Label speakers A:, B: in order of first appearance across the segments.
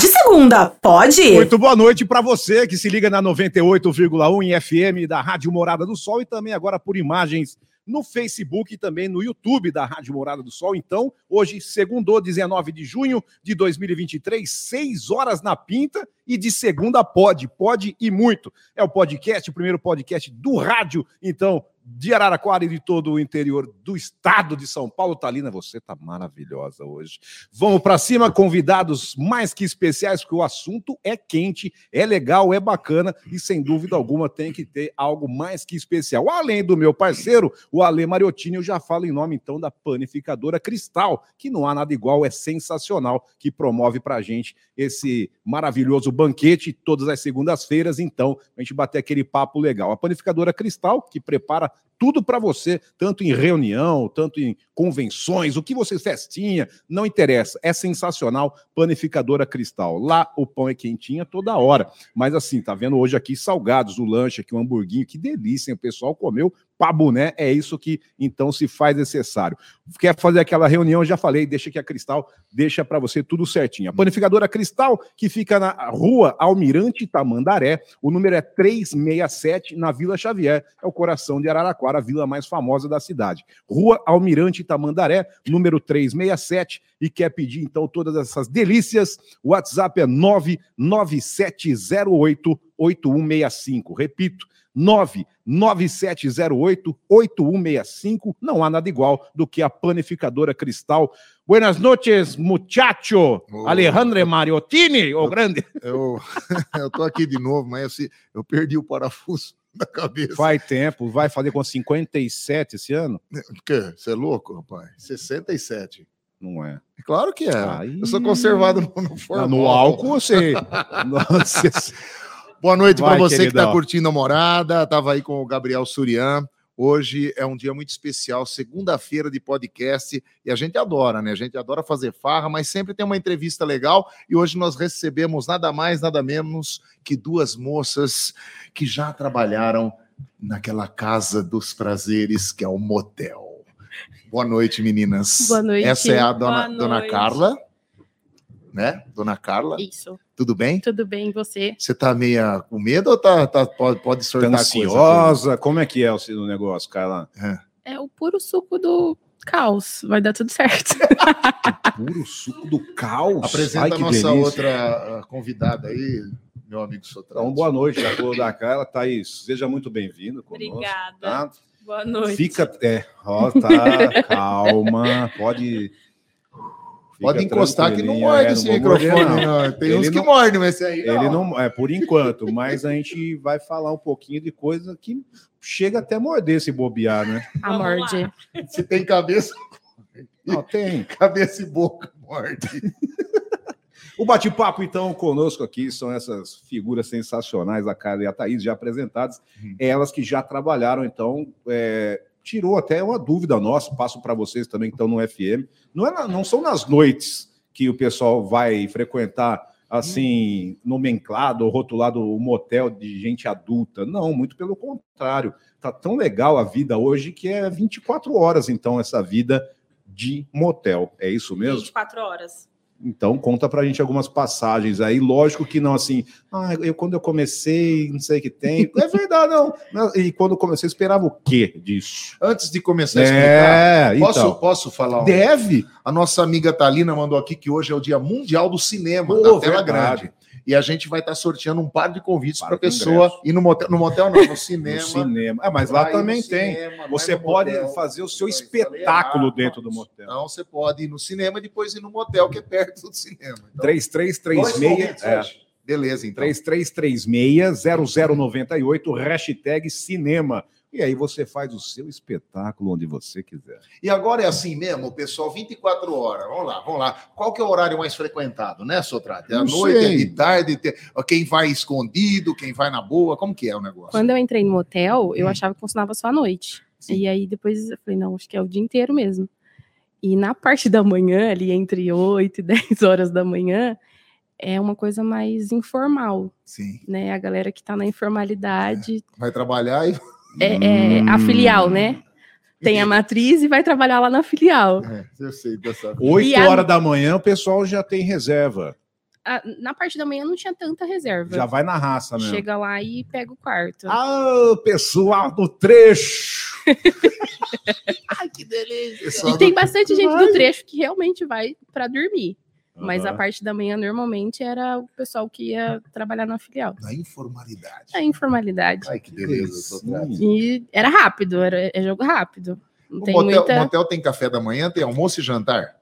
A: de segunda, pode?
B: Muito boa noite para você que se liga na 98,1 em FM da Rádio Morada do Sol e também agora por imagens no Facebook e também no YouTube da Rádio Morada do Sol. Então, hoje, segundou, 19 de junho de 2023, 6 horas na pinta e de segunda pode, pode e muito. É o podcast, o primeiro podcast do rádio, então, de Araraquara e de todo o interior do estado de São Paulo. Talina, você tá maravilhosa hoje. Vamos para cima, convidados mais que especiais, porque o assunto é quente, é legal, é bacana e sem dúvida alguma tem que ter algo mais que especial. Além do meu parceiro, o Ale Mariottini, eu já falo em nome então da panificadora Cristal, que não há nada igual, é sensacional, que promove pra gente esse maravilhoso banquete todas as segundas-feiras, então, a gente bater aquele papo legal. A panificadora Cristal, que prepara tudo para você, tanto em reunião, tanto em convenções, o que você festinha, não interessa. É sensacional, panificadora cristal. Lá o pão é quentinha toda hora. Mas assim, tá vendo hoje aqui salgados, o lanche aqui, o hamburguinho, que delícia, hein? o pessoal comeu pabuné, é isso que então se faz necessário. Quer fazer aquela reunião, já falei, deixa que a Cristal deixa para você tudo certinho. A panificadora Cristal, que fica na rua Almirante Tamandaré, o número é 367, na Vila Xavier, é o coração de Araraquara, a vila mais famosa da cidade. Rua Almirante Tamandaré, número 367, e quer pedir então todas essas delícias, o WhatsApp é 99708 8165. Repito, 99708-8165. Não há nada igual do que a panificadora Cristal. Buenas noches, muchacho.
C: Ô.
B: Alejandro Mariottini, o grande.
C: Eu, eu tô aqui de novo, mas assim, eu perdi o parafuso da cabeça.
B: Faz tempo, vai fazer com 57 esse ano?
C: Que? Você é louco, rapaz? 67.
B: Não é.
C: É Claro que é.
B: Aí-
C: Eu sou conservado no, no
B: Ah,
C: formal.
B: no álcool, eu sei. Nossa, tá
C: Boa noite para
B: Vai,
C: você que
B: queridão.
C: está curtindo a morada. Tava aí com o Gabriel Surian. Hoje é um dia muito especial, segunda-feira de podcast, e a gente adora, né? A gente adora fazer farra, mas sempre tem uma entrevista legal. E hoje nós recebemos nada mais, nada menos que duas moças que já trabalharam naquela casa dos prazeres, que é o motel. Boa noite, meninas.
D: Boa noite.
C: Essa é a
D: Boa
C: dona, dona
D: noite.
C: Carla, né? Dona Carla,
D: Isso.
C: tudo bem?
D: Tudo bem, você?
C: Você tá meio com medo ou tá, tá- pode, pode
B: tá
C: sortar coisa?
B: ansiosa. Como é que é o seu negócio, cara?
D: É o puro suco do caos. Vai dar tudo certo.
B: Puro suco do caos. Ai,
C: Apresenta
B: que
C: a nossa
B: delícia.
C: outra ah, convidada aí, meu amigo Sotrão.
B: Então, boa noite, da cor da cara. Thaís, seja muito bem-vindo conosco.
D: Obrigada.
B: tá?
D: Boa noite.
B: Fica. É, ó, tá, calma. Pode.
C: Pode
B: fica
C: encostar que não
B: tranquilinha,
C: morde
B: é,
C: esse
B: vou morder,
C: microfone.
B: não.
C: não. Tem
B: Ele
C: uns que
B: não-
C: mordem, mas esse aí não.
B: Ele não é por enquanto, mas a gente vai falar um pouquinho de coisa que chega até morder se bobear, né?
D: A morde.
C: Se tem cabeça,
B: Não, tem.
C: cabeça e boca morde.
B: O bate-papo, então, conosco aqui são essas figuras sensacionais, a Carla e a Thaís, já apresentadas,
C: Uhum.
B: elas que já trabalharam, então, é, tirou até uma dúvida nossa, passo para vocês também que estão no FM. Não, é na- não são nas noites que o pessoal vai frequentar, assim, nomenclado ou rotulado o motel de gente adulta. Não, muito pelo contrário. Tá tão legal a vida hoje que é 24 horas, então, essa vida de motel. É isso mesmo?
D: 24 horas.
B: Então, conta pra gente algumas passagens aí. Lógico que não assim, ah, eu quando eu comecei, não sei o que tem. É verdade, não. Não, E quando eu comecei, eu esperava o quê disso?
C: Antes de começar a explicar,
B: É,
C: posso,
B: então.
C: posso falar? um-
B: Deve.
C: A nossa amiga Talina mandou aqui que hoje é o Dia Mundial do Cinema,
B: Pô,
C: da tela
B: verdade.
C: grande. E a gente vai estar sorteando um par de convites
B: Par
C: para
B: de ingressos.
C: pessoa ir no motel, no motel não, no cinema.
B: No cinema. Ah, mas lá
C: Vai
B: também
C: no
B: tem.
C: cinema, vai
B: Você
C: no
B: pode
C: motel.
B: fazer o seu
C: Não, isso
B: espetáculo
C: é errado,
B: dentro do
C: isso.
B: motel.
C: Não, você pode ir no cinema e depois ir no motel, que é perto do cinema. Então, dois convites
B: 3336. É.
C: hoje. Beleza, então.
B: 3336-0098, hashtag cinema. E aí você faz o seu espetáculo onde você quiser.
C: E agora é assim mesmo, pessoal, 24 horas. Vamos lá, vamos lá. Qual que é o horário mais frequentado, né, Sotrate? É
B: Não
C: à noite,
B: sei.
C: é de tarde, tem- quem vai escondido, quem vai na boa, como que é o negócio?
D: Quando eu entrei no motel,
B: Hum.
D: eu achava que funcionava só à noite. E aí depois eu falei, não, acho que é o dia inteiro mesmo. E na parte da manhã, ali entre 8 e 10 horas da manhã, é uma coisa mais informal,
C: Sim,
D: né? A galera que tá na informalidade
C: vai trabalhar e...
D: é, é a
B: Hum.
D: filial, né? Tem a matriz e vai trabalhar lá na filial.
C: É, eu sei dessa...
B: 8
D: E a-
B: horas da manhã o pessoal já tem reserva.
D: a- na parte da manhã não tinha tanta reserva.
B: Já vai na raça mesmo.
D: Chega lá e pega o quarto.
B: Ah, pessoal do trecho!
C: Ai, que delícia.
D: e tem bastante gente do trecho que realmente vai para dormir. Mas a
B: Aham.
D: parte da manhã normalmente era o pessoal que ia trabalhar na filial.
C: Da informalidade.
D: A informalidade.
C: Ai, que beleza.
B: Hum.
C: Hum.
D: E era rápido, era é jogo rápido. Não
C: O
D: tem
C: Um motel,
D: muita.
C: motel tem café da manhã, tem almoço e jantar.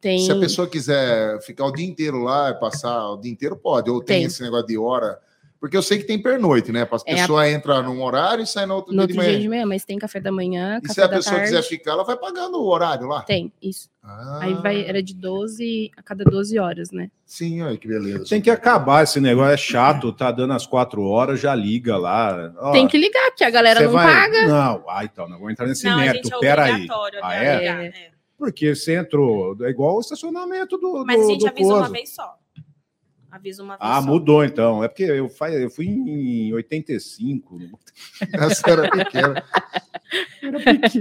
D: Tem...
C: Se a pessoa quiser ficar o dia inteiro lá, passar o dia inteiro, pode. Ou tem,
D: Tem.
C: esse negócio de hora. Porque eu sei que tem pernoite, né? A
D: É a-
C: pessoa entra num horário e sai no outro
D: No
C: dia de
D: outro
C: manhã.
D: dia de manhã, mas tem café da manhã,
C: E
D: café
C: se a
D: da
C: pessoa
D: tarde.
C: quiser ficar, ela vai pagando o horário lá.
D: Tem, isso.
C: Ah,
D: Aí vai, era de 12 a cada 12 horas, né?
C: Sim, olha que beleza.
B: Tem que acabar esse negócio, é chato, tá dando as quatro horas, já liga lá. Ó,
D: tem que ligar, porque a galera
B: cê
D: não
B: vai-
D: paga.
B: Não, ah, então, não vou entrar nesse
A: a
B: mérito,
A: gente é
B: peraí.
A: obrigatório
B: Ah,
A: né,
D: é?
A: ligar, é.
B: Porque centro é igual o estacionamento do.
A: Mas
B: do,
A: a gente
B: do
A: avisa
B: coisa.
A: uma vez só. Avisa uma vez
B: Ah,
A: só.
B: mudou então. É porque eu, fa- eu fui em 85.
C: Essa era pequena.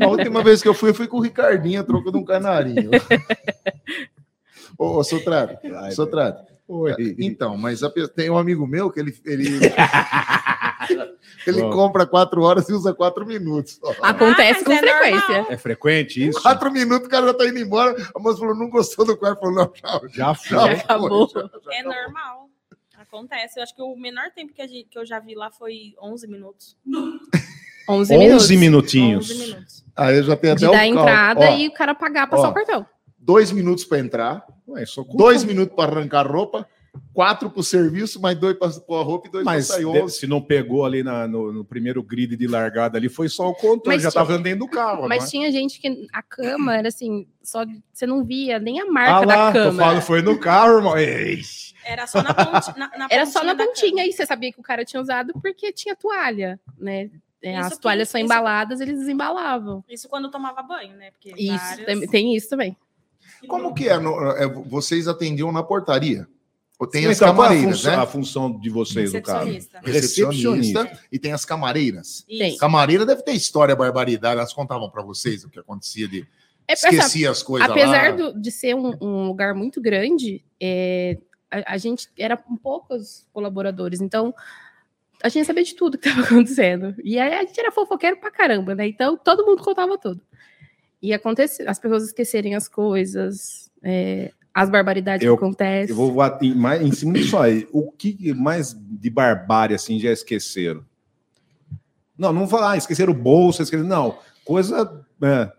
C: A última vez que eu fui, eu fui com o Ricardinho, a troco de um canarinho. ô, ô, Sotrato,
B: Ai,
C: Sotrato,
B: Oi.
C: Então, mas a pe- tem um amigo meu que ele, ele, ele
B: Bom. Ah,
C: compra quatro horas e usa quatro minutos. só.
D: Acontece
A: mas
D: com
A: é
D: frequência.
A: normal.
B: É frequente isso?
C: Quatro minutos, o cara já tá indo embora. A moça falou, não gostou do quarto. Falou, não, tchau.
B: Já
C: Já
B: foi.
D: Já acabou.
A: É normal. Acontece. Eu acho que o menor tempo que, a gente, que eu já vi lá foi 11 minutos.
D: 11,
B: 11
D: minutos.
B: minutinhos.
A: 11 minutos.
C: Aí eu já tenho
D: De
C: até
D: dar
C: o
D: a entrada
C: cálculo. Ó,
D: e o cara pagar, passar
C: ó.
D: o cartão.
C: Dois minutos para entrar,
B: Ué, só com-
C: dois minutos para arrancar a roupa, quatro para o serviço, mais dois para a roupa e dois para
B: Mas
C: sair.
B: de-
C: onze.
B: se não pegou ali na- no, no primeiro grid de largada ali, foi só o controle,
D: Mas
B: já
D: tinha-
B: estava dentro do carro.
D: Mas
B: não é?
D: tinha gente que a cama era assim, só você não via nem a
B: Ah
D: marca
B: lá,
D: da
B: tô
D: cama.
B: falando, foi no carro, irmão. Ei,
A: Era só na, ponti, na, na
D: Era só na
A: da cama.
D: pontinha e você sabia que o cara tinha usado porque tinha toalha, né? É,
A: Isso
D: As
A: que-
D: toalhas são
A: isso-
D: embaladas, eles desembalavam.
A: Isso quando eu tomava banho, né? Porque
D: Isso,
A: várias-
D: tem, tem isso também.
C: Como que é? no- é, Vocês atendiam na portaria? Ou tem
B: Sim,
C: as
B: então, qual a,
C: camareiras,
B: função,
C: né?
B: a função de vocês no carro?
A: Recepcionista.
C: Recepcionista,
A: Recepcionista.
C: e tem as camareiras.
A: Isso.
C: Camareira deve ter história barbaridade. Elas contavam pra vocês o que acontecia de
D: É, essa-
C: esquecia as coisas
D: apesar
C: lá.
D: do- de ser um, um lugar muito grande, é, a, a gente era com poucos colaboradores, então a gente sabia de tudo que estava acontecendo. E aí a gente era fofoqueiro pra caramba, né? Então todo mundo contava tudo. E acontece, as pessoas esquecerem as coisas, é, as barbaridades
B: Eu-
D: que acontecem.
B: Eu vou at- em, mais, em cima disso aí. O que mais de barbárie assim já esqueceram? Não, não vou falar, ah, esqueceram bolsa, esqueceram. Não, coisa. é.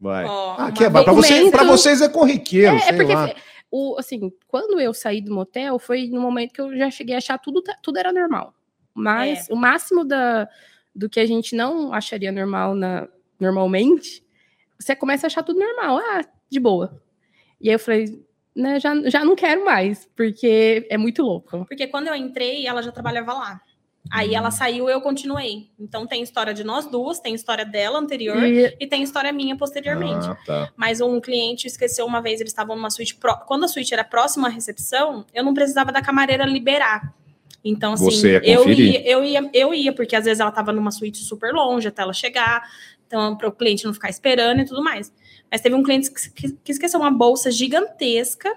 B: Vai.
A: Ó,
B: Ah,
A: uma
B: que é para você,
D: documento.
B: pra vocês é corriqueiro,
D: É,
B: sei
D: é porque
B: lá.
D: o, assim, quando eu saí do motel, foi no momento que eu já cheguei a achar tudo, ta- tudo era normal. Mas
A: É.
D: o máximo da, do que a gente não acharia normal na, normalmente, você começa a achar tudo normal. Ah, de boa. E aí eu falei, né, já, já não quero mais, porque é muito louco.
A: Porque quando eu entrei, ela já trabalhava lá. Aí ela saiu, eu continuei. Então tem história de nós duas, tem história dela anterior e,
D: E
A: tem história minha posteriormente.
B: Ah, tá.
A: Mas um cliente esqueceu uma vez, eles estavam numa suíte. pró- Quando a suíte era próxima à recepção, eu não precisava da camareira liberar. Então, assim,
B: Você ia
A: eu,
B: conferir?
A: ia, eu, ia, eu ia, porque às vezes ela estava numa suíte super longe até ela chegar, então, para o cliente não ficar esperando e tudo mais. Mas teve um cliente que, que- que esqueceu uma bolsa gigantesca.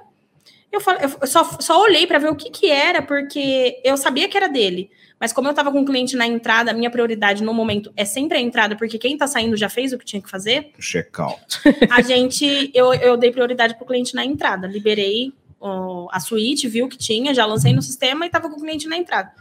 A: Eu, fal- eu só, só olhei para ver o que, que era, porque eu sabia que era dele. Mas como eu estava com o cliente na entrada, a minha prioridade no momento é sempre a entrada, porque quem está saindo já fez o que tinha que fazer.
B: Check-out.
A: A gente, eu, eu dei prioridade pro cliente na entrada. Liberei ó, a suíte, vi o que tinha, já lancei no sistema e tava com o cliente na entrada.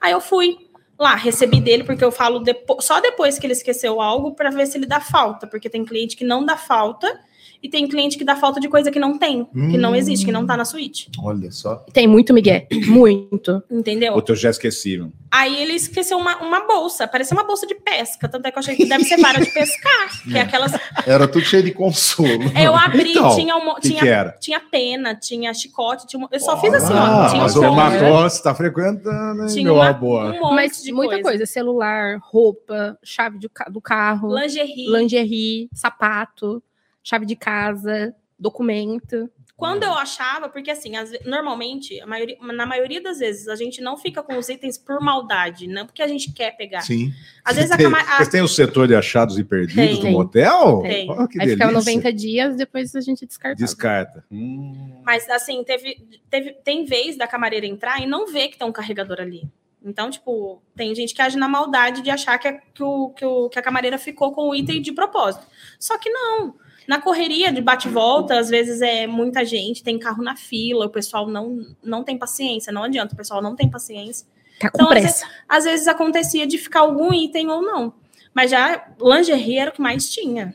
A: Aí eu fui lá, recebi dele, porque eu falo depo- só depois que ele esqueceu algo para ver se ele dá falta, porque tem cliente que não dá falta e tem cliente que dá falta de coisa que não tem, que não
C: Hum.
A: existe, que não tá na suíte.
C: Olha só.
D: tem muito Miguel, muito.
A: Entendeu?
B: Outro já esqueceram.
A: Aí ele esqueceu uma, uma bolsa, parecia uma bolsa de pesca, tanto é que eu achei que deve ser vara de pescar, que é aquelas.
C: Era tudo cheio de consolo.
A: Eu abri,
B: Então,
A: tinha, um, mo-
B: O que,
A: tinha
B: que era?
A: tinha pena, tinha chicote, tinha... um- eu só fiz assim, ó.
B: ah,
A: Tinha,
B: mas
A: um
B: o
A: monte,
B: Macron está frequentando, hein,
A: tinha
B: meu
A: uma,
B: amor.
A: um monte
D: Mas
A: de
D: muita coisa. celular, roupa, chave do, ca- do carro,
A: Lingerie,
D: lingerie, sapato, chave de casa, documento.
A: Quando eu achava, porque assim, as- normalmente, a maioria- na maioria das vezes, a gente não fica com os itens por maldade, não porque a gente quer pegar.
C: Sim.
A: Às vezes a,
B: Tem-
A: cama- a-
B: Vocês têm o setor de achados e perdidos
A: Tem.
B: do motel?
A: Tem.
B: Olha que
D: Aí ficava
B: delícia.
D: 90 dias, depois a gente descartava.
B: Descarta. Hum.
A: Mas assim, teve, teve, tem vez da camareira entrar e não ver que tem um carregador ali. Então, tipo, tem gente que age na maldade de achar que, a- que, o, que, o- que a camareira ficou com o item de propósito. Só que não. Na correria de bate-volta, às vezes é muita gente, tem carro na fila, o pessoal não, não tem paciência, não adianta, o pessoal não tem paciência.
D: Tá com
A: Então,
D: pressa.
A: Às vezes acontecia de ficar algum item ou não. Mas já lingerie era o que mais tinha.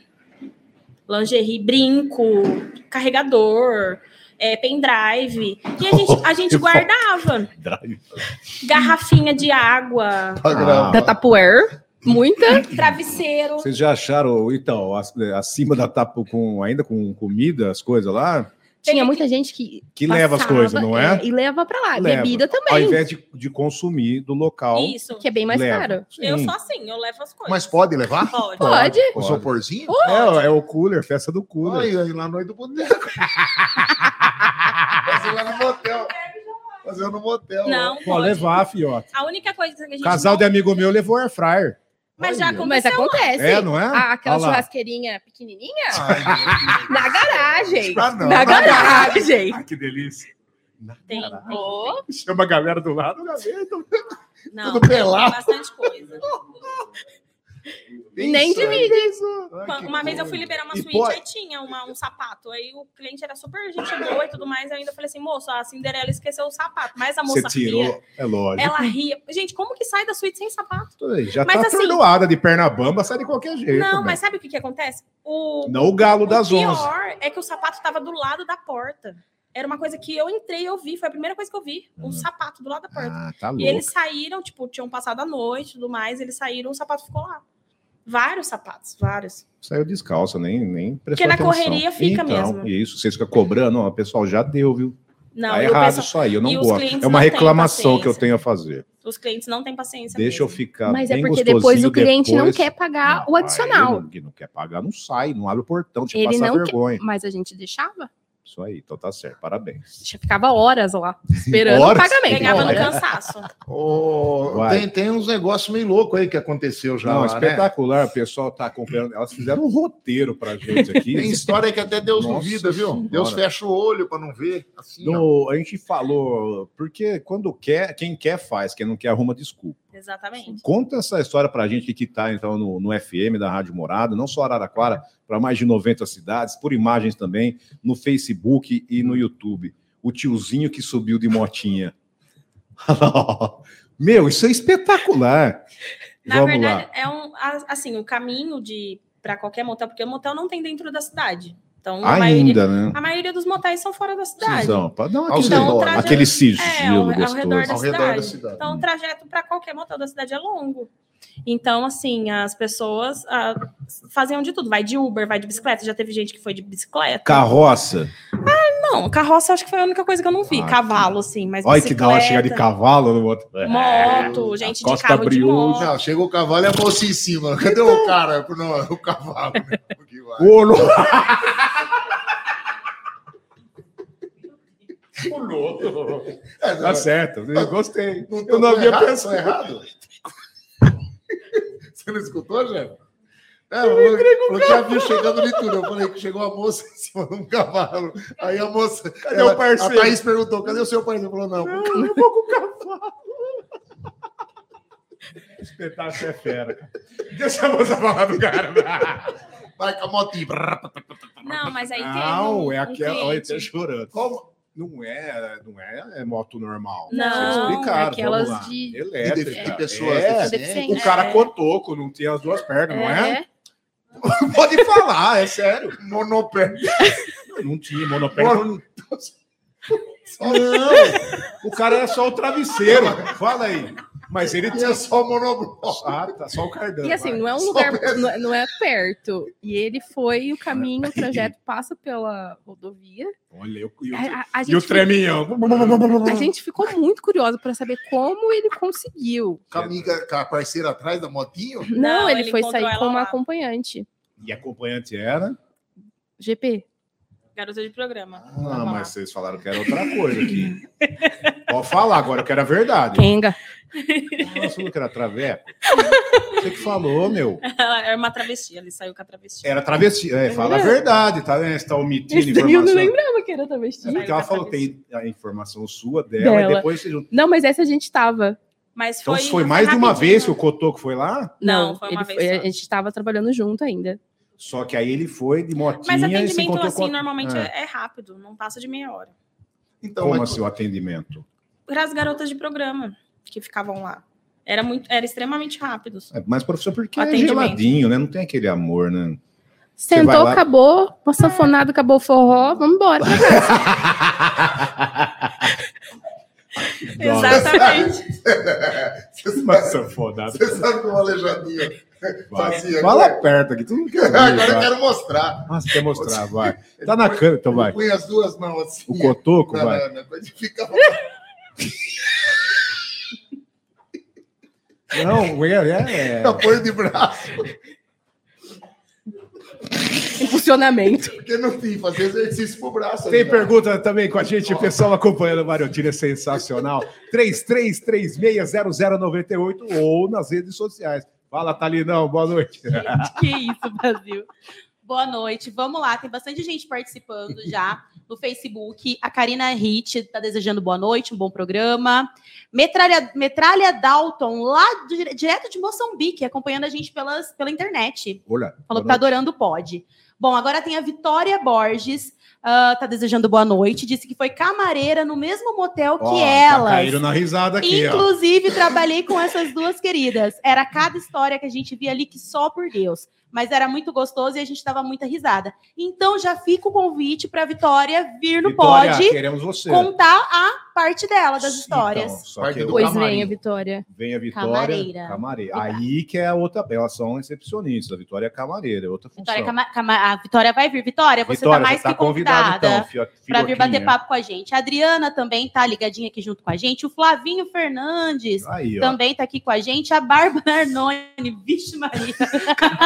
A: Lingerie, brinco, carregador, eh, pendrive. E a gente, a gente guardava
B: Drive.
A: garrafinha de água,
B: Ah.
C: Tá grave.
D: Da Tupperware, muita.
A: travesseiro.
B: Vocês já acharam, então, ac- é, acima da tapa, com, ainda com comida, as coisas lá?
D: Tinha muita gente que.
B: Que leva as
D: passava,
B: coisas, não é?
D: E leva pra lá.
B: Leva.
D: Bebida
B: Ao
D: também,
B: invés de, de consumir do local.
A: Isso.
D: que é bem mais
B: leva.
D: caro.
B: Sim,
A: Eu sou assim, eu levo as coisas.
C: Mas pode levar?
A: Pode.
D: Pode.
C: O
B: pode.
C: soporzinho?
B: É, é o cooler, festa do cooler.
C: Olha aí, lá no do boteco. Fazer lá no motel. Fazer no motel.
A: Não,
B: Pode
A: pode.
B: levar, fiota.
A: A única coisa que a gente.
B: Casal
A: não-
B: de amigo meu levou air fryer.
A: Mas já
B: Olha.
A: aconteceu.
D: Mas acontece.
B: É, não é?
D: Ah, aquela
B: Olha lá.
D: churrasqueirinha pequenininha?
C: Ai,
D: Na garagem.
C: Ah, não.
B: Tá
C: Na
D: Na garagem.
B: Ah, que delícia.
A: Tem, tem.
D: Ô,
B: Chama a galera do lado, gaveta.
A: Não,
C: Tudo
A: tem
C: pelado.
A: bastante coisa.
C: meu.
D: Nem
C: Isso aí.
D: divide.
C: Ai, que
A: Uma vez eu
C: coisa.
A: fui liberar uma
B: Tá E
A: suíte,
B: pode-
A: aí tinha uma- um sapato. Aí o cliente era super gente boa e tudo mais. Eu ainda falei assim, moço, a Cinderela esqueceu o sapato. Mas a
B: Você
A: moça ria.
B: tirou, é lógico.
A: Ela ria. Gente, como que sai da suíte sem sapato?
B: Já
A: Mas
B: tá
A: assim-
B: perdoada de perna bamba, sai de qualquer jeito.
A: Não,
B: velho.
A: mas sabe o que, que acontece? O,
B: Não o galo das
A: o pior
B: onze.
A: é que o sapato estava do lado da porta. Era uma coisa que eu entrei e eu vi. Foi a primeira coisa que eu vi. Um
B: Ah.
A: sapato do lado da porta.
B: Ah, tá
A: e
B: louco.
A: é eles saíram, tipo, tinham passado a noite e tudo mais. Eles saíram, o sapato ficou lá. Vários sapatos, vários.
B: Saiu descalça, nem, nem
A: Porque
B: prestou
A: na
B: atenção.
A: correria fica
B: então,
A: mesmo.
B: Isso, vocês ficam cobrando, ó, pessoal, já deu, viu?
A: Não,
B: tá
A: e o
B: errado
A: pessoal-
B: isso aí, eu
A: e
B: não
A: os
B: gosto.
A: clientes
B: É uma
A: não têm
B: reclamação que eu
A: paciência.
B: tenho a fazer.
A: os clientes não têm paciência.
B: Deixa eu
A: mesmo.
B: ficar
D: Mas
B: Tá
D: é
B: bem
D: porque
B: gostosinho
D: depois o cliente não
B: depois.
D: quer pagar
B: Não,
D: o
B: aí
D: adicional.
B: Não, que não quer pagar, não sai, não abre o portão, te
D: Ele
B: passa
D: não quer-
B: vergonha.
D: Mas a gente deixava.
B: Isso aí, então tá certo, parabéns.
D: Já ficava horas lá, esperando
B: Horas?
D: o pagamento.
A: Pegava no
B: Olha.
A: cansaço.
C: Ô,
B: Vai.
C: tem, tem uns negócios meio loucos aí que aconteceu já.
B: Não,
C: lá, né?
B: espetacular, o pessoal tá acompanhando. Elas fizeram um roteiro pra gente aqui.
C: Tem história que até Deus
B: Nossa
C: duvida, viu?
B: Senhora.
C: Deus fecha o olho pra não ver. Assim, ó.
B: No- a gente falou, porque quando quer, quem quer faz, quem não quer arruma desculpa.
A: Exatamente.
B: Conta essa história pra gente que tá então no, no FM da Rádio Morada, não só Araraquara, para mais de 90 cidades, por imagens também, no Facebook e no YouTube. O tiozinho que subiu de motinha. Meu, isso é espetacular.
A: Na
B: Vamos
A: verdade,
B: lá.
A: é um a- assim, o caminho de para qualquer motel, porque o motel não tem dentro da cidade. Então, a maioria,
B: Ainda, né?
A: a maioria dos motéis são fora da cidade.
B: Precisão, pra dar
C: Ao
B: aquele,
C: redor.
B: aquele sigilo
A: Então, É, ao, ao
B: gostoso.
A: redor, da,
C: Ao redor
A: cidade.
C: da cidade.
A: Então, o trajeto para qualquer motel da cidade é longo. Então, assim, as pessoas ah, faziam de tudo. Vai de Uber, vai de bicicleta. Já teve gente que foi de bicicleta.
B: Carroça.
A: Não, carroça acho que foi a única coisa que eu não vi.
B: Ah,
A: Cavalo, sim, mas
B: Olha que da hora chegar de
A: bicicleta, É.
B: cavalo no moto.
A: Moto, gente de
B: Costa
A: carro de
B: Brioso.
A: moto.
C: Não, chegou o cavalo e a moça em cima. Cadê o cara? Não, o cavalo. né? O que vai?
B: Ô, louco.
C: É,
B: Tá
C: não,
B: certo, eu gostei.
C: não tô-
B: Eu não
C: tô
B: havia
C: errado,
B: pensado.
C: tô errado? Você não escutou, Jeff? É, falou, falou que já viu chegando de tudo. Eu falei que chegou a moça em cima de um cavalo. Aí a moça.
B: Cadê o É parceiro?
C: A Thaís perguntou: cadê o seu parceiro? Falou: não.
B: Eu vou com o cavalo. Espetáculo é fera. cara. Deixa a moça falar do cara.
C: Vai com a motinha.
A: Não, mas aí teve um-
B: Não, é
A: um
B: aquela. Olha,
A: cliente-
B: tá chorando.
C: Como?
B: Não é, não é, é moto normal.
A: Não,
B: Vocês explicaram,
D: aquelas
B: vamos lá.
D: de-
B: Elétrica.
C: De- de pessoas
D: assim.
B: É.
C: deficientes.
B: O cara
A: É.
B: cotoco, não tem as duas pernas, não é?
D: É,
B: Pode falar, é sério.
C: Monopé.
B: Não tinha monopélio.
C: Não,
B: O cara era só o travesseiro. Fala aí. Mas ele tinha
C: tinha é só monobloco.
B: Ah, tá só o cardan.
D: E assim,
B: vai.
D: não é um lugar, não é, não é perto. E ele foi o caminho, o trajeto passa pela rodovia.
B: Olha, eu, e o-
D: A, a- a
B: e o
D: gente, fi-
B: treminhão.
D: a gente ficou muito curioso para saber como ele conseguiu.
C: Com a, amiga, com a parceira atrás da motinho?
D: Não,
A: Não,
D: ele,
A: ele
D: foi
A: encontrou
D: sair
A: ela
D: com uma
A: lá.
D: acompanhante.
B: E a acompanhante era?
D: GP.
A: Garota de programa. Vamos
B: Ah,
A: lá.
B: mas vocês falaram que era outra coisa aqui. Pode falar agora, eu quero a verdade.
D: Kenga.
B: Nossa, falou que era traveco. Você que falou, meu.
A: Ela era uma travesti, ele saiu com a travesti.
B: Era travesti. É, fala a verdade, tá? Né? Você tá omitindo
D: Eu não
B: informação.
D: lembrava que era
B: É
D: travesti.
B: porque ela falou que tem a informação sua dela,
D: Dela.
B: e depois você junta.
D: Não, mas essa a gente tava.
A: Mas
B: Então
A: foi,
B: foi, mais de uma
A: rapidinho.
B: vez que o Cotoco foi lá,
A: Não, foi uma
D: ele
A: vez
D: foi-
A: só.
D: A gente tava trabalhando junto ainda.
B: só que aí ele foi de motinha
A: Mas
B: e se
A: atendimento,
B: encontrou
A: assim,
B: com... a-
A: normalmente
B: Ah.
A: é. é rápido, não passa de meia hora.
C: Então,
B: Como
C: mas-
B: assim o atendimento?
A: Para as garotas de programa que ficavam lá. Era, muito, era extremamente rápido.
B: É, Mas, professor, porque é
A: Atendimento.
B: geladinho, né? Não tem aquele amor, né? vai
D: Sentou,
B: lá-
D: acabou,
A: É.
D: uma sanfonada, acabou o forró, vamos embora.
A: Exatamente.
B: Nossa, foda
C: Você sabe que o Alejandrinho
B: Vai.
C: fazia.
B: Fala
C: Agora,
B: perto aqui, tu não quer
C: agora
B: ouvir,
C: eu
B: vai.
C: quero mostrar.
B: Nossa, Ah, quer mostrar, vai. Tá na câmera, então vai.
C: Põe as duas mãos assim.
B: O Cotoco,
C: na-
B: vai.
C: na- na coisa e fica-
B: Não, é, é, é.
C: apoio de braço,
D: em funcionamento.
C: porque não tem, fazer exercício pro braço.
B: Tem
C: né?
B: pergunta também com a gente, o pessoal acompanhando o Mariotina, é sensacional. 33360098 ou nas redes sociais. Fala, Talinão, boa noite.
E: Gente, que isso, Brasil. Boa noite. Vamos lá, tem bastante gente participando já no Facebook. A Karina Hit
D: tá
E: está desejando boa noite, um bom programa. Metralha, Metralha Dalton, lá do- Ah, direto de Moçambique, acompanhando a gente pelas, pela internet.
B: Olha,
E: Falou que tá adorando o pod. Bom, agora tem a Vitória Borges, ah, tá desejando boa noite. Disse que foi camareira no mesmo motel um que
B: Ó, já
E: elas.
B: Caíram na risada aqui, ó.
E: Inclusive, trabalhei com essas duas queridas. Era cada história que a gente via ali que só por Deus. Mas era muito gostoso e a gente dava muita risada. Então já fica o convite para Vitória vir no
B: Vitória,
E: pod
B: Queremos você.
E: contar a parte dela das
B: Então,
E: histórias.
B: só que
C: Do
D: Pois
C: camarim.
D: vem, a Vitória.
B: vem a Vitória. Camareira.
E: Camareira.
B: Aí que é a outra. Elas são recepcionistas. A Vitória é camareira, é outra função.
E: Vitória, cama- cama- a Vitória vai vir. Vitória, você
B: Vitória,
E: tá mais que convidada.
B: então, fio-
E: Pra
B: filhoquinha.
E: vir bater papo com a gente. A Adriana também tá ligadinha aqui junto com a gente. O Flavinho Fernandes
B: Aí, ó.
E: também tá aqui com a gente. A Bárbara Arnone, vixe Maria.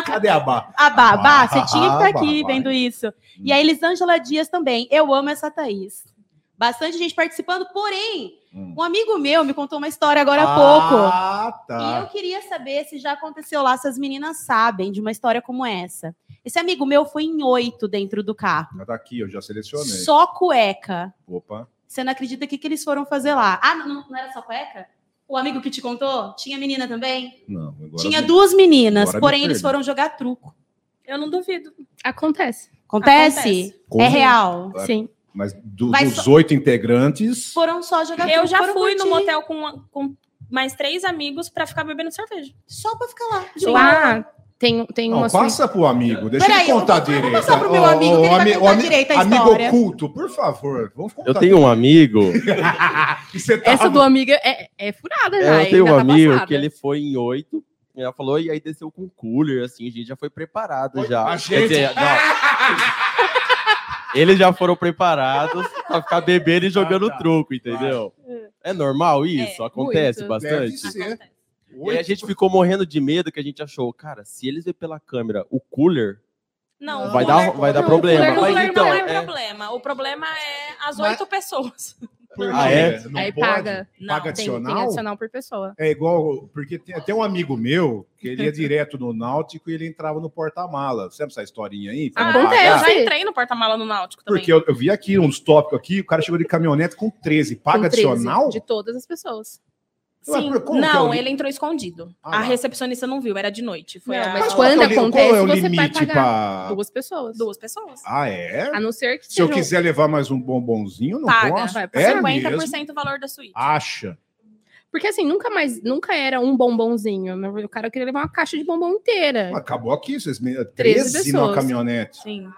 B: Cadê a barra?
E: A Babá, você tinha que estar
B: Babá, Hum.
E: aqui
B: vai.
E: vendo isso. E a Elisângela Dias também. Eu amo essa Thaís. Bastante gente participando, porém,
B: Hum.
E: um amigo meu me contou uma história agora há pouco.
B: Ah,
E: E eu
B: tá.
E: queria saber se já aconteceu lá, se as meninas sabem de uma história como essa. Esse amigo meu foi em oito dentro do carro.
B: Tá aqui, eu já selecionei.
E: Só cueca.
B: Opa.
E: Você não acredita o que, que eles foram fazer lá? Ah, não, não era só cueca? O amigo que te contou? Tinha menina também?
B: Não, agora.
E: Tinha duas meninas,
B: agora me
E: porém eles
B: perdi.
E: foram jogar truco.
A: Eu não duvido.
D: Acontece.
E: Acontece?
B: Com-
E: É real.
B: Claro.
D: Sim.
B: Mas do-
E: Vai
B: dos
E: só-
B: oito integrantes.
E: Foram só jogar
A: Eu
E: truco,
A: já
E: foram
A: fui no
E: curtir.
A: motel com, com mais três amigos pra ficar bebendo cerveja.
E: Só pra ficar lá. de boa.
D: Lá tem, tem
B: Não,
D: uma
B: passa pro amigo, deixa
E: Peraí,
B: ele
E: eu
B: contar
E: vou- eu
B: direito.
E: vou passar pro meu
B: Ô,
E: amigo, que ele vai
B: ami-
E: contar
B: ô, ami-
E: direito a
B: Amigo
E: história.
B: oculto, por favor, vamos contar.
F: Eu tenho um amigo,
B: E você tá-
D: Essa do amiga é, é furada já.
F: eu tenho um
D: ainda tá
F: amigo
D: passada.
F: que ele foi em oito, e ela falou, e aí desceu com cooler, assim, a gente já foi preparado já.
B: a
F: Quer dizer, não. Eles já foram preparados pra ficar bebendo e jogando
B: tá.
F: truco, entendeu? É normal isso? Acontece
D: muito.
B: Deve
F: bastante.
B: ser.
A: Acontece.
F: E aí a gente ficou morrendo de medo que a gente achou, cara, se eles verem pela câmera o cooler,
A: Não,
F: vai
A: o
F: dar,
A: cooler-
F: vai dar
D: não,
F: problema.
D: cooler
A: o
D: não
F: Mas
A: cooler
F: então,
A: não é,
F: é,
A: problema. O problema é as
B: Mas-
A: oito pessoas.
B: Por
F: Ah,
B: quê?
F: é?
B: Não
D: Aí
B: pode?
D: paga.
A: Não,
B: Paga
D: Tem, tem
B: adicional?
D: adicional por pessoa.
B: É igual, porque tem até um amigo meu que ele ia direto no Náutico e ele entrava no porta-mala. Você Sabe essa historinha aí? Pra não
D: Acontece. né?
B: pagar?
A: eu Ah, já entrei no porta-mala no Náutico também.
B: Porque eu, eu vi aqui uns tópicos aqui, o cara chegou de caminhonete com 13, paga
D: Com 13
B: adicional?
D: De todas as pessoas.
B: Ué,
A: Sim,
B: mas como que é o
A: não,
B: li-
A: ele entrou escondido.
B: Ah,
A: a
B: lá.
A: recepcionista não viu, era de noite. Foi
D: Não,
A: a-
D: mas
B: qual é o
D: quando
B: li- qual é o
D: acontece, você vai
B: limite
D: pagar.
B: pra-
D: Duas pessoas.
A: duas pessoas.
B: Ah, é?
D: A não ser que
B: Ah. Se eu
D: seja um-
B: quiser levar mais um bombonzinho, eu não
A: Paga,
B: posso.
D: vai,
B: é
A: 50%
B: mesmo? Ah,
A: do valor da suíte.
B: Acha.
D: Porque assim, nunca mais, nunca era um bombonzinho. né? O cara queria levar uma caixa de bombom inteira.
B: Acabou aqui, vocês me... 13,
D: 13
B: numa
D: pessoas.
B: caminhonete.
A: Sim.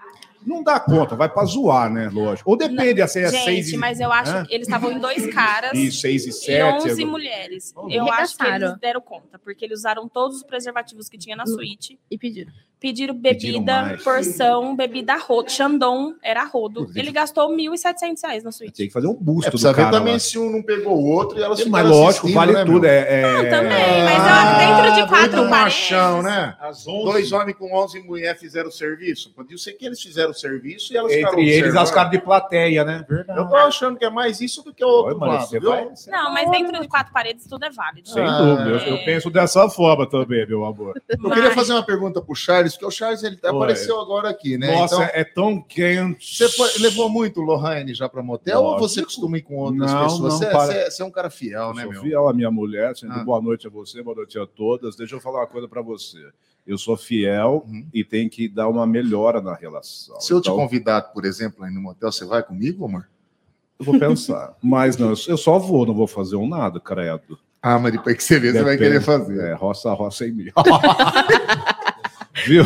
B: Não dá conta, vai pra zoar, né? Lógico. Ou depende, se é seis
A: Gente,
B: e...
A: mas eu acho
B: Hã?
A: que eles estavam em dois caras.
B: e seis
A: E
B: e
A: 11
B: sete. agora-
A: mulheres.
B: Vamos
A: Eu
D: ver.
A: acho que eles
D: Arregaçaram.
A: deram conta, porque eles usaram todos os preservativos que tinha na suíte.
D: E pediram.
A: Pediram
B: Pediram
A: bebida,
B: mais.
A: porção, bebida a rodo. Xandão era a rodo.
B: Inclusive-
A: Ele gastou R$ 1.700 reais na suíte.
B: Tem que fazer um busto
C: É,
B: do
C: precisa ver
B: cara
C: também
B: lá.
C: se um não pegou o outro e elas
B: Mas
C: ficaram
B: lógico,
C: assistindo,
B: vale
C: né,
B: tudo.
C: meu?
B: É, é-
A: Não, também, mas
B: Ah,
A: eu- dentro de quatro
C: muito
A: paredes.
C: machão, né?
B: Às
C: Dois homens com 11 mulheres fizeram o serviço. Podia ser que eles fizeram o o serviço e elas ficaram
B: Entre eles,
C: observando.
B: as caras de plateia, né?
C: Eu tô achando que é mais isso do que o outro
B: Olha, mano,
C: lado,
B: você
C: viu?
B: vai-
A: Não, mas dentro de quatro paredes tudo é válido.
B: Sem
C: Ah,
B: dúvida. Eu, eu penso dessa forma também, meu amor.
C: Eu queria fazer uma pergunta pro Charles, porque o Charles ele
B: Oi.
C: apareceu agora aqui, né?
B: Nossa,
C: Então,
B: é tão quente.
C: você foi- levou muito Lohane já pra motel ou
B: Lógico.
C: você costuma ir com outras
B: Não,
C: pessoas?
B: não,
C: você,
B: para.
C: você- você é um cara fiel,
B: Eu
C: né,
B: sou
C: meu?
B: fiel à minha mulher, sendo
C: Ah.
B: boa noite a você, boa noite a todas. Deixa eu falar uma coisa pra você. Eu sou fiel
C: Uhum.
B: e tem que dar uma melhora na relação.
C: Se eu te
B: Então,
C: convidar, por exemplo, aí no motel, você vai comigo, amor?
B: eu vou pensar. Mas não, eu só vou, não vou fazer um nada, credo.
C: Ah, mas depois que você vê, você vai
B: Depende.
C: querer fazer.
B: É, roça, roça em mim. Viu?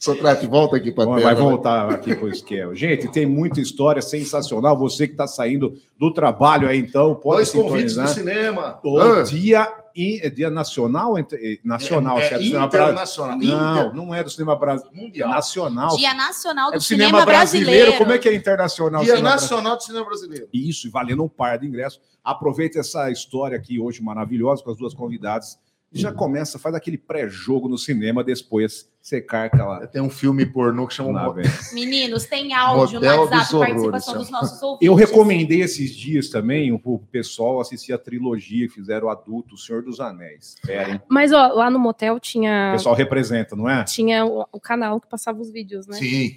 C: Só trate, volta aqui pra
B: Vai-
C: tela.
B: Vai
C: né?
B: voltar aqui com o esquema. Gente, tem muita história sensacional. Você que está saindo do trabalho aí, então, pode
C: Dois convites do
B: sintonizar.
C: cinema.
B: O
C: Ah,
B: dia, in- é dia nacional? Ent- eh, Nacional,
C: é,
B: certo? Cinema Bra-
C: internacional.
B: Não,
C: Inter-
B: não é do cinema brasileiro.
C: mundial.
B: Nacional.
E: Dia Nacional do
B: É do
E: Cinema,
B: cinema brasileiro.
E: Brasileiro.
B: Como é que é internacional?
C: Dia
B: Cinema Bra-
C: Nacional do Cinema Brasileiro.
B: Isso, e valendo um par de ingressos. Aproveita essa história aqui hoje maravilhosa com as duas convidadas. E Já começa, faz aquele pré-jogo no cinema, depois você carca lá.
C: Tem um filme pornô que chama
B: lá
C: Mo-
B: velho.
E: Meninos, tem áudio
C: Motel
E: no WhatsApp,
C: dos Horrores,
E: participação
C: chama.
E: dos nossos ouvintes.
B: Eu recomendei esses dias também o o pessoal assistir a trilogia que fizeram adulto, O Senhor dos Anéis. Pera, hein?
D: Mas ó, lá no motel
B: O
D: tinha,
B: pessoal representa, não é?
D: tinha o, o canal que passava os vídeos, né?
C: Sim.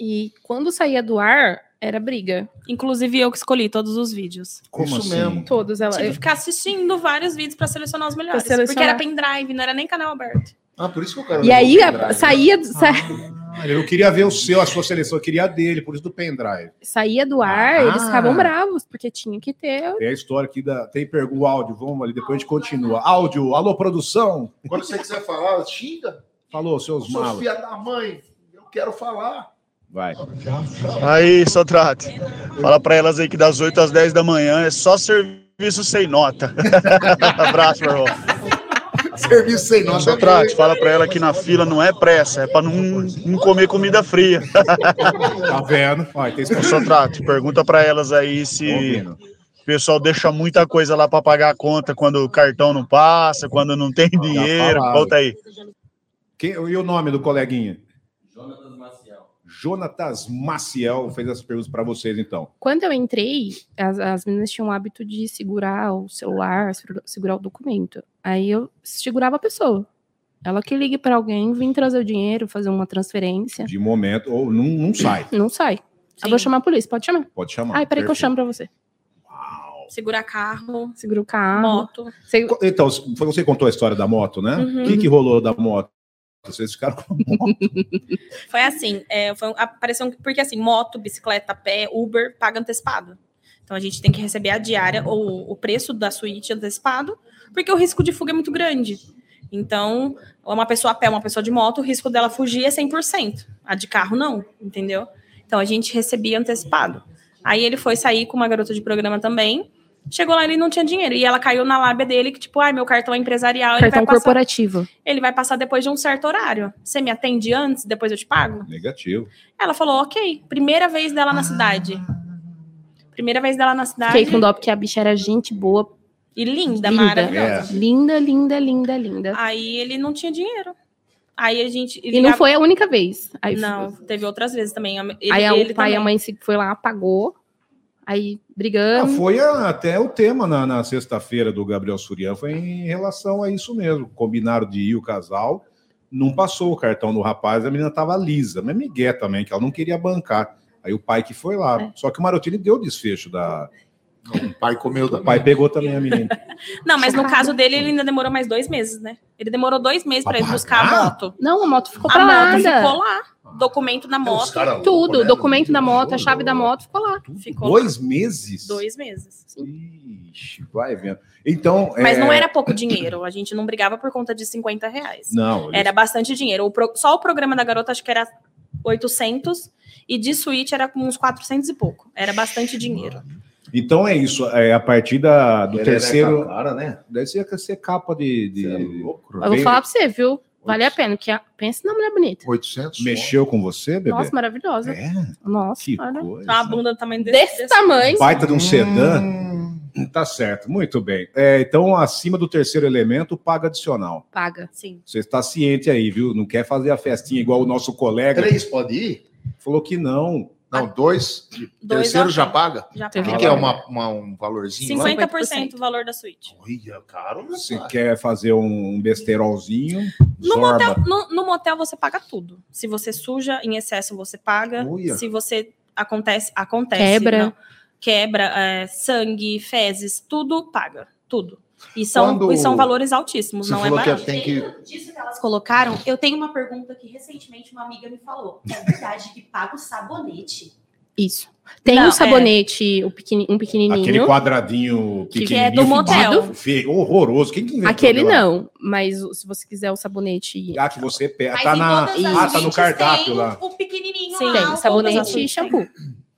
D: E quando saía do ar, era briga.
A: Inclusive, eu que escolhi todos os vídeos.
C: Isso
B: assim?
C: mesmo.
D: Todos ela.
A: Tive que ficar assistindo vários vídeos pra selecionar os melhores.
D: Tipo, Pra selecionar.
A: Porque era pendrive, não era nem canal aberto.
C: Ah, por isso que o cara.
D: E aí
C: levou o
D: a-
C: pendrive.
D: saía, do- sa-
B: Ah, eu queria ver o seu, a sua seleção, eu queria a dele, por isso do pendrive.
D: saía do ar,
B: Ah.
D: eles ficavam bravos, porque tinha que ter.
B: Tem a história aqui da. Tem per- o áudio, vamos ali, depois a gente continua. Áudio, alô, produção!
C: Quando você quiser falar, xinga.
B: Falou, seus
C: Sou
B: malos.
C: filha da mãe. Eu quero falar.
B: Vai.
G: Aí, Sotrate, fala pra elas aí que das 8 às 10 da manhã é só serviço sem nota. Abraço, meu irmão.
C: Serviço sem nós.
G: Sotrate, fala pra ela que na fila não é pressa, é pra não, não comer comida fria.
B: Tá vendo? Ó, tem esse-
G: Sotrate, pergunta pra elas aí se
B: Ouvindo.
G: o pessoal deixa muita coisa lá pra pagar a conta quando o cartão não passa, quando não tem dinheiro.
B: falaram.
G: Volta aí.
B: Quem- e o nome do coleguinha? Jonatas Maciel fez essas perguntas para vocês, então.
D: Quando eu entrei, as, as meninas tinham o hábito de segurar o celular, segura- segurar o documento. Aí eu segurava a pessoa. Ela que ligue pra alguém, vem trazer o dinheiro, fazer uma transferência.
B: De momento, ou não, não sai,
D: Não sai. Eu
A: Sim.
D: vou chamar a polícia, pode chamar.
B: pode chamar.
D: Ai, peraí que eu
B: Perfeito.
D: chamo pra você.
A: Segurar carro,
D: Segura o carro.
A: moto.
D: Você-
B: Co- Então, foi você que contou a história da moto, né? O
A: Uhum.
B: que, que rolou da moto? Vocês ficaram com a moto.
A: Foi assim, é, foi, um- apareceu um- porque assim, moto, bicicleta, pé, Uber, paga antecipado. Então a gente tem que receber a diária ou o preço da suíte antecipado, porque o risco de fuga é muito grande. Então, uma pessoa a pé, uma pessoa de moto, o risco dela fugir é 100%. A de carro, não, entendeu? Então a gente recebia antecipado. Aí ele foi sair com uma garota de programa também. Chegou lá, ele não tinha dinheiro. E ela caiu na lábia dele que, tipo, ai, meu cartão é empresarial, ele
D: Cartão
A: vai, passar,
D: corporativo.
A: ele vai passar depois de um certo horário. Você me atende antes, depois eu te pago?
B: Negativo.
A: Ela falou, ok, primeira vez dela na cidade. Primeira vez dela na cidade.
D: Fiquei com dó porque a bicha era gente boa.
A: E linda,
D: Linda.
A: maravilhosa.
B: É.
D: Linda, linda, linda, linda.
A: Aí ele não tinha dinheiro. Aí a gente.
D: E não foi a única vez. Aí,
A: Não, teve outras vezes também. Ele,
D: aí a-
A: ele
D: o pai e a
A: também.
D: mãe se- foi lá, apagou. Aí brigando.
B: Ah, foi a- até o tema na, na sexta-feira do Gabriel Surian, foi em relação a isso mesmo. Combinaram de ir o casal, não passou o cartão do rapaz, a menina tava lisa, mas migué também, que ela não queria bancar. Aí o pai que foi
A: É.
B: lá. Só que o Marotini deu o desfecho da.
C: O pai comeu
B: O
C: também.
B: pai pegou também a menina.
A: Não, mas no caso dele, ele ainda demorou mais dois meses, né? Ele demorou dois meses pra ir
B: Pra
A: buscar
B: pagar?
A: a moto.
D: Não, a moto ficou
A: A
D: pra
A: moto
D: lá.
A: ficou lá. Documento na
C: Os
A: moto.
C: cara louco,
D: Tudo,
C: né?
D: documento da moto, a chave da moto ficou lá.
A: Ficou
B: Dois meses?
A: Dois meses.
B: Ixi, vai vendo. Então.
A: Mas
B: é-
A: não era pouco dinheiro. A gente não brigava por conta de 50 reais.
B: Não, eles-
A: Era bastante dinheiro. O pro- só o programa da garota, acho que era 800, e de suíte era com uns 400 e pouco. Era bastante dinheiro.
B: Então é isso. É, a partir da, do
C: Perereca
B: terceiro.
C: Cara, né?
B: Deve ser, ser capa de. de-
C: Você é louco.
D: Eu vou
B: Bem-
D: falar pra você, viu? Vale a pena, porque a- pensa na mulher bonita.
C: 800.
B: Mexeu com você, bebê?
D: Nossa, maravilhosa.
B: é,
D: Nossa,
B: que
D: olha.
B: coisa.
A: Tá Então, a bunda do tamanho desse,
D: Desse tamanho.
B: Baita de um sedã.
C: Hum,
B: Tá certo, muito bem. É, então, acima do terceiro elemento, paga adicional.
D: Paga.
E: Sim.
B: Você está ciente aí, viu? Não quer fazer a festinha igual o nosso colega
C: Três pode ir?
B: falou que não.
C: Não, dois.
A: Dois
C: terceiro já
A: ok.
C: paga?
A: Já
C: O
D: Teve
C: que,
A: paga.
C: que é uma, uma- um valorzinho lá?
A: 50% o valor da suíte.
C: Olha, caro.
B: Você
C: rapaz.
B: quer fazer um besterolzinho?
A: No
B: zorba.
A: motel, no, no motel você paga tudo. Se você suja em excesso, você paga.
C: Uia.
A: Se você acontece, acontece.
D: Quebra.
A: não. Quebra, é, sangue, fezes, tudo paga. Tudo. E são,
C: Quando-
A: e são valores altíssimos,
C: Você
A: não é
C: falou que
A: barato.
C: é- Tem que-
E: Dentro disso que elas colocaram, eu tenho uma pergunta que recentemente uma amiga me falou. É verdade que paga o sabonete.
D: Isso. Tem
A: Não, é.
D: um sabonete, o pequeni- um pequenininho.
B: Aquele quadradinho
A: Que é do
B: pequenininho,
A: motel.
B: fumado, feio, horroroso. Quem que inventou
D: Aquele
B: aquela-
D: não, mas o- se você quiser o sabonete.
B: Ah, que você pega.
E: Mas
B: Tá
E: em
B: na...
E: todas
B: Ah,
E: as
B: tá no
E: suítes
B: cardápio
E: tem
B: lá.
E: O pequenininho
A: Sim,
E: lá.
D: tem
E: o
A: assim,
D: sabonete
E: todas
D: e
E: as-
D: shampoo.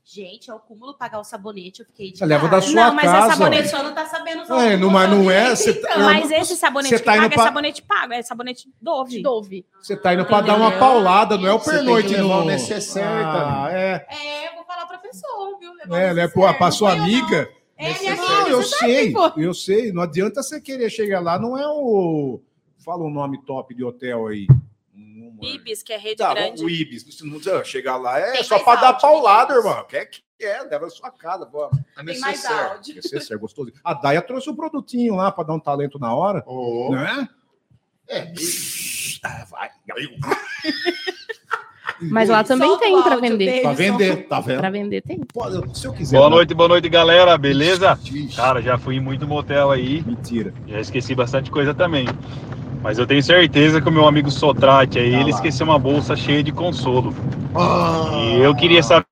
E: Gente, é o cúmulo pagar o sabonete. Eu fiquei de
B: Você leva
E: cara.
B: da sua
A: Não, mas é
B: casa.
A: sabonete.
E: Só Ah, não tá sabendo usar
B: Ué,
E: o
B: não, mas
E: botão
B: não é,
E: direito,
B: cê-
E: então.
B: eu não-
A: Mas esse sabonete
B: Você tá
A: que
B: indo
A: paga
B: pra-
A: é sabonete pago, é sabonete Dove.
D: Dove.
B: Você tá indo pra dar uma
A: Entendeu?
B: paulada, não é o
C: Você tem que
B: pernoite
C: levar
B: no...
C: o necessaire,
B: ah,
C: cara.
B: é.
E: É, eu vou falar pra pessoa, viu? Levar
B: É,
E: um
B: né?
E: sincero,
B: Pô, pra sua
E: não foi eu, não.
B: amiga... né,
E: É, minha
C: Necessário.
E: amiga,
B: Não, eu
E: você tá
B: sei,
E: pô.
B: eu sei. Não adianta você querer chegar lá, não é o. Fala um nome top de hotel aí. Uma-
A: Ibis, que é rede
B: Tá,
A: grande.
B: o Ibis. Se não não chegar lá, é
E: Tem
B: só
E: mais
B: pra dar
E: áudio,
B: paulada,
E: tem mais.
B: irmão. Quer que é, leva a sua casa. pô.
C: É
E: Tem mais
C: necessaire.
E: áudio.
B: Quer ser, ser gostoso. A Daia trouxe um produtinho lá pra dar um talento na hora.
C: Ô,
B: Né?
C: É.
D: Mas lá também
E: Solta o
D: tem pra
E: áudio
D: vender.
E: dele,
B: Pra
E: solta.
B: vender, Uhum. tá vendo?
D: Pra vender tem.
B: Pô, eu- se eu quiser.
G: Boa noite, boa noite, galera. Beleza?
C: Ixi.
G: Cara, já fui em muito motel aí.
B: Mentira.
G: Já esqueci bastante coisa também. Mas eu tenho certeza que o meu amigo Sotrate aí,
B: Tá
G: ele
B: lá.
G: esqueceu uma bolsa cheia de consolo.
C: Ah.
G: E eu queria saber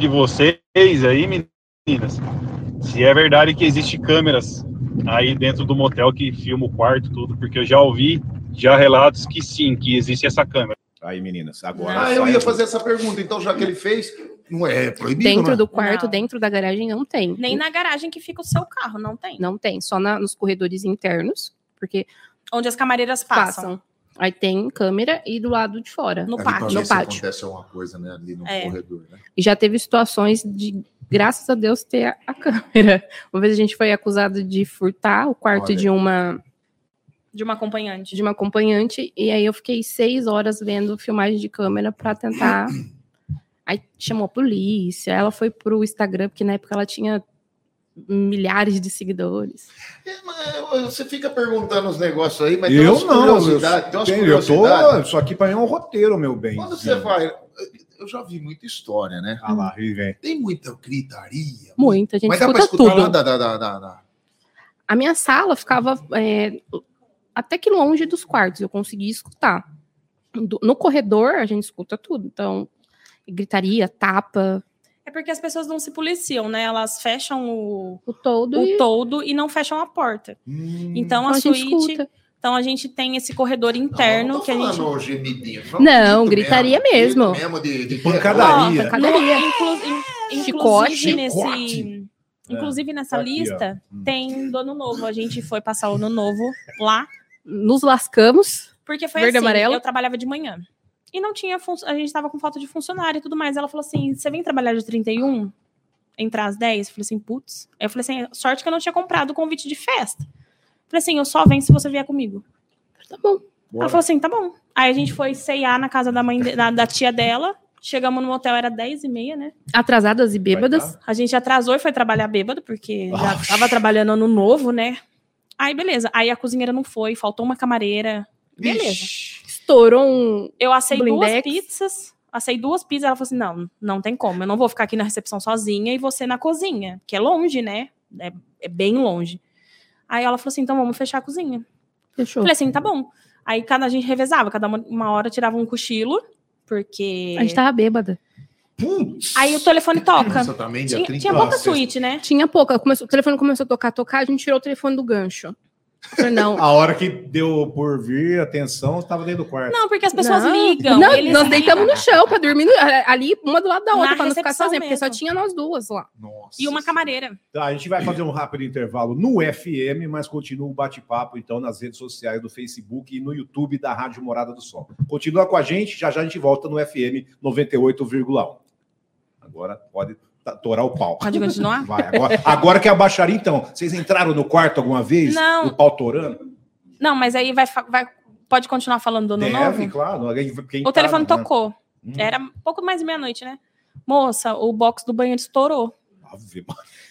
G: de vocês aí, meninas, se é verdade que existe câmeras aí dentro do motel que filma o quarto, tudo, porque eu já ouvi já relatos que sim, que existe essa câmera.
B: Aí, meninas, agora.
C: Ah, eu
B: sai
C: ia
B: do-
C: fazer essa pergunta, então, já que ele fez. Não é proibido,
D: Dentro
C: né?
D: do quarto,
A: Não.
D: dentro da garagem, não tem.
A: Nem na garagem que fica o seu carro, não tem.
D: Não tem, só na- nos corredores internos, porque
A: Onde as camareiras passam.
D: passam. né? Aí tem câmera e do lado de fora.
A: No
C: Ali É pra
A: pátio.
C: ver
D: No
C: se
D: pátio.
C: acontece alguma coisa, né? Ali no
A: É.
C: corredor, né?
D: E já teve situações de, graças a Deus, ter a, a câmera. Uma vez a gente foi acusado de furtar o quarto
C: Olha.
D: de uma,
A: De uma acompanhante.
D: de uma acompanhante, e aí eu fiquei seis horas vendo filmagem de câmera pra tentar. Aí chamou a polícia, ela foi pro Instagram, porque na época ela tinha milhares de seguidores.
C: É, mas Você fica perguntando os negócios aí, mas tem
B: eu
C: umas
B: não, eu,
C: curiosidades, tem umas
B: tenho- eu
C: curiosidades.
B: tô. Isso aqui pra mim é um roteiro, meu bem.
C: Quando você vai. Eu já vi muita história, né?
B: Ah lá, aí vem.
C: Tem muita gritaria.
D: Muito, a gente
C: Mas dá pra
D: escuta
C: escutar
D: tudo.
C: lá da, da, da, da- da-
D: A minha sala ficava é, até que longe dos quartos, eu conseguia escutar. Do- no corredor, a gente escuta tudo. Então, gritaria, tapa,
A: É porque as pessoas não se policiam, né? Elas fecham o,
D: o todo.
A: o
D: e,
A: todo e não fecham a porta.
C: Hum.
A: Então
D: então
A: a,
D: a gente
A: suíte.
D: escuta.
A: Então a gente tem esse corredor
C: Não,
A: interno
C: não tô
A: que a gente.
C: falando gemidinho, tô falando
D: Não,
C: grito
D: gritaria
C: mesmo.
D: mesmo.
C: grito mesmo de, de
B: Pancadaria.
A: Ó,
D: Pancadaria.
A: inclu- in-
D: Chicote.
A: Inclusive nesse.
C: Chicote.
A: Inclusive nessa
B: Tá aqui,
A: lista
B: ó. Hum.
A: tem do ano novo. A gente foi passar o ano novo lá.
D: Nos lascamos.
A: Porque foi
D: Verde e
A: assim,
D: amarelo.
A: eu trabalhava de manhã. E não tinha fun- a gente tava com falta de funcionário e tudo mais. Ela falou assim: "Você vem trabalhar de 31? Entrar às 10?" Eu falei assim: "Putz". Aí eu falei assim: "Sorte que eu não tinha comprado o convite de festa". Eu falei assim: "Eu só venho se você vier comigo".
D: Tá bom.
A: Ela falou assim: "Tá bom". Aí a gente foi ceiar na casa da mãe de- da, da tia dela. Chegamos no hotel, era 10 e meia, né?
D: Atrasadas e bêbadas.
A: A gente atrasou e foi trabalhar bêbado, porque já tava trabalhando ano novo, né? Aí, beleza. Aí a cozinheira não foi, faltou uma camareira. Beleza.
D: Estourou um.
A: Eu assei duas
D: Blindex.
A: pizzas. Assei duas pizzas. Ela falou assim: não, não tem como. Eu não vou ficar aqui na recepção sozinha e você na cozinha, que é longe, né? É, é bem longe. Aí ela falou assim: então vamos fechar a cozinha. Eu
D: Fechou.
A: falei assim: tá bom. Aí cada a gente revezava, cada uma, uma hora tirava um cochilo, porque.
D: A gente tá tava bêbada.
A: Aí o telefone toca.
C: Nossa, também dia um.
A: Tinha,
C: 30
A: tinha
C: de
A: pouca
C: sexta.
A: suíte, né?
D: Tinha pouca. Começou, o telefone começou a tocar, tocar, a gente tirou o telefone do gancho. Eu falei, não.
B: A hora que deu por vir, atenção, estava dentro do quarto.
A: Não, porque as pessoas
D: Não.
A: ligam.
D: Não,
A: eles
D: nós
A: ligam.
D: deitamos no chão pra dormir no- ali, uma do lado da outra,
A: Na
D: pra não ficar
A: recepção
D: sozinha, porque só
A: mesmo.
D: tinha nós duas lá.
C: Nossa.
A: E uma camareira.
B: Tá, a gente vai fazer um rápido intervalo no FM, mas continua o bate-papo então nas redes sociais do Facebook e no YouTube da Rádio Morada do Sol. Continua com a gente, já já a gente volta no FM 98,1. Agora pode ta- torar o pau.
A: Pode continuar?
B: Vai, agora, agora que é a baixaria, então. Vocês entraram no quarto alguma vez?
A: Não.
B: O pau torando?
A: Não, mas aí vai, fa- vai- pode continuar falando do ano
B: Deve,
A: novo?
B: claro. Alguém- quem
A: O
C: né?
A: telefone
B: tá-
A: tocou.
B: Hum.
A: Era pouco mais de meia-noite, né? Moça, o box do banheiro estourou.
B: Ave
A: Falei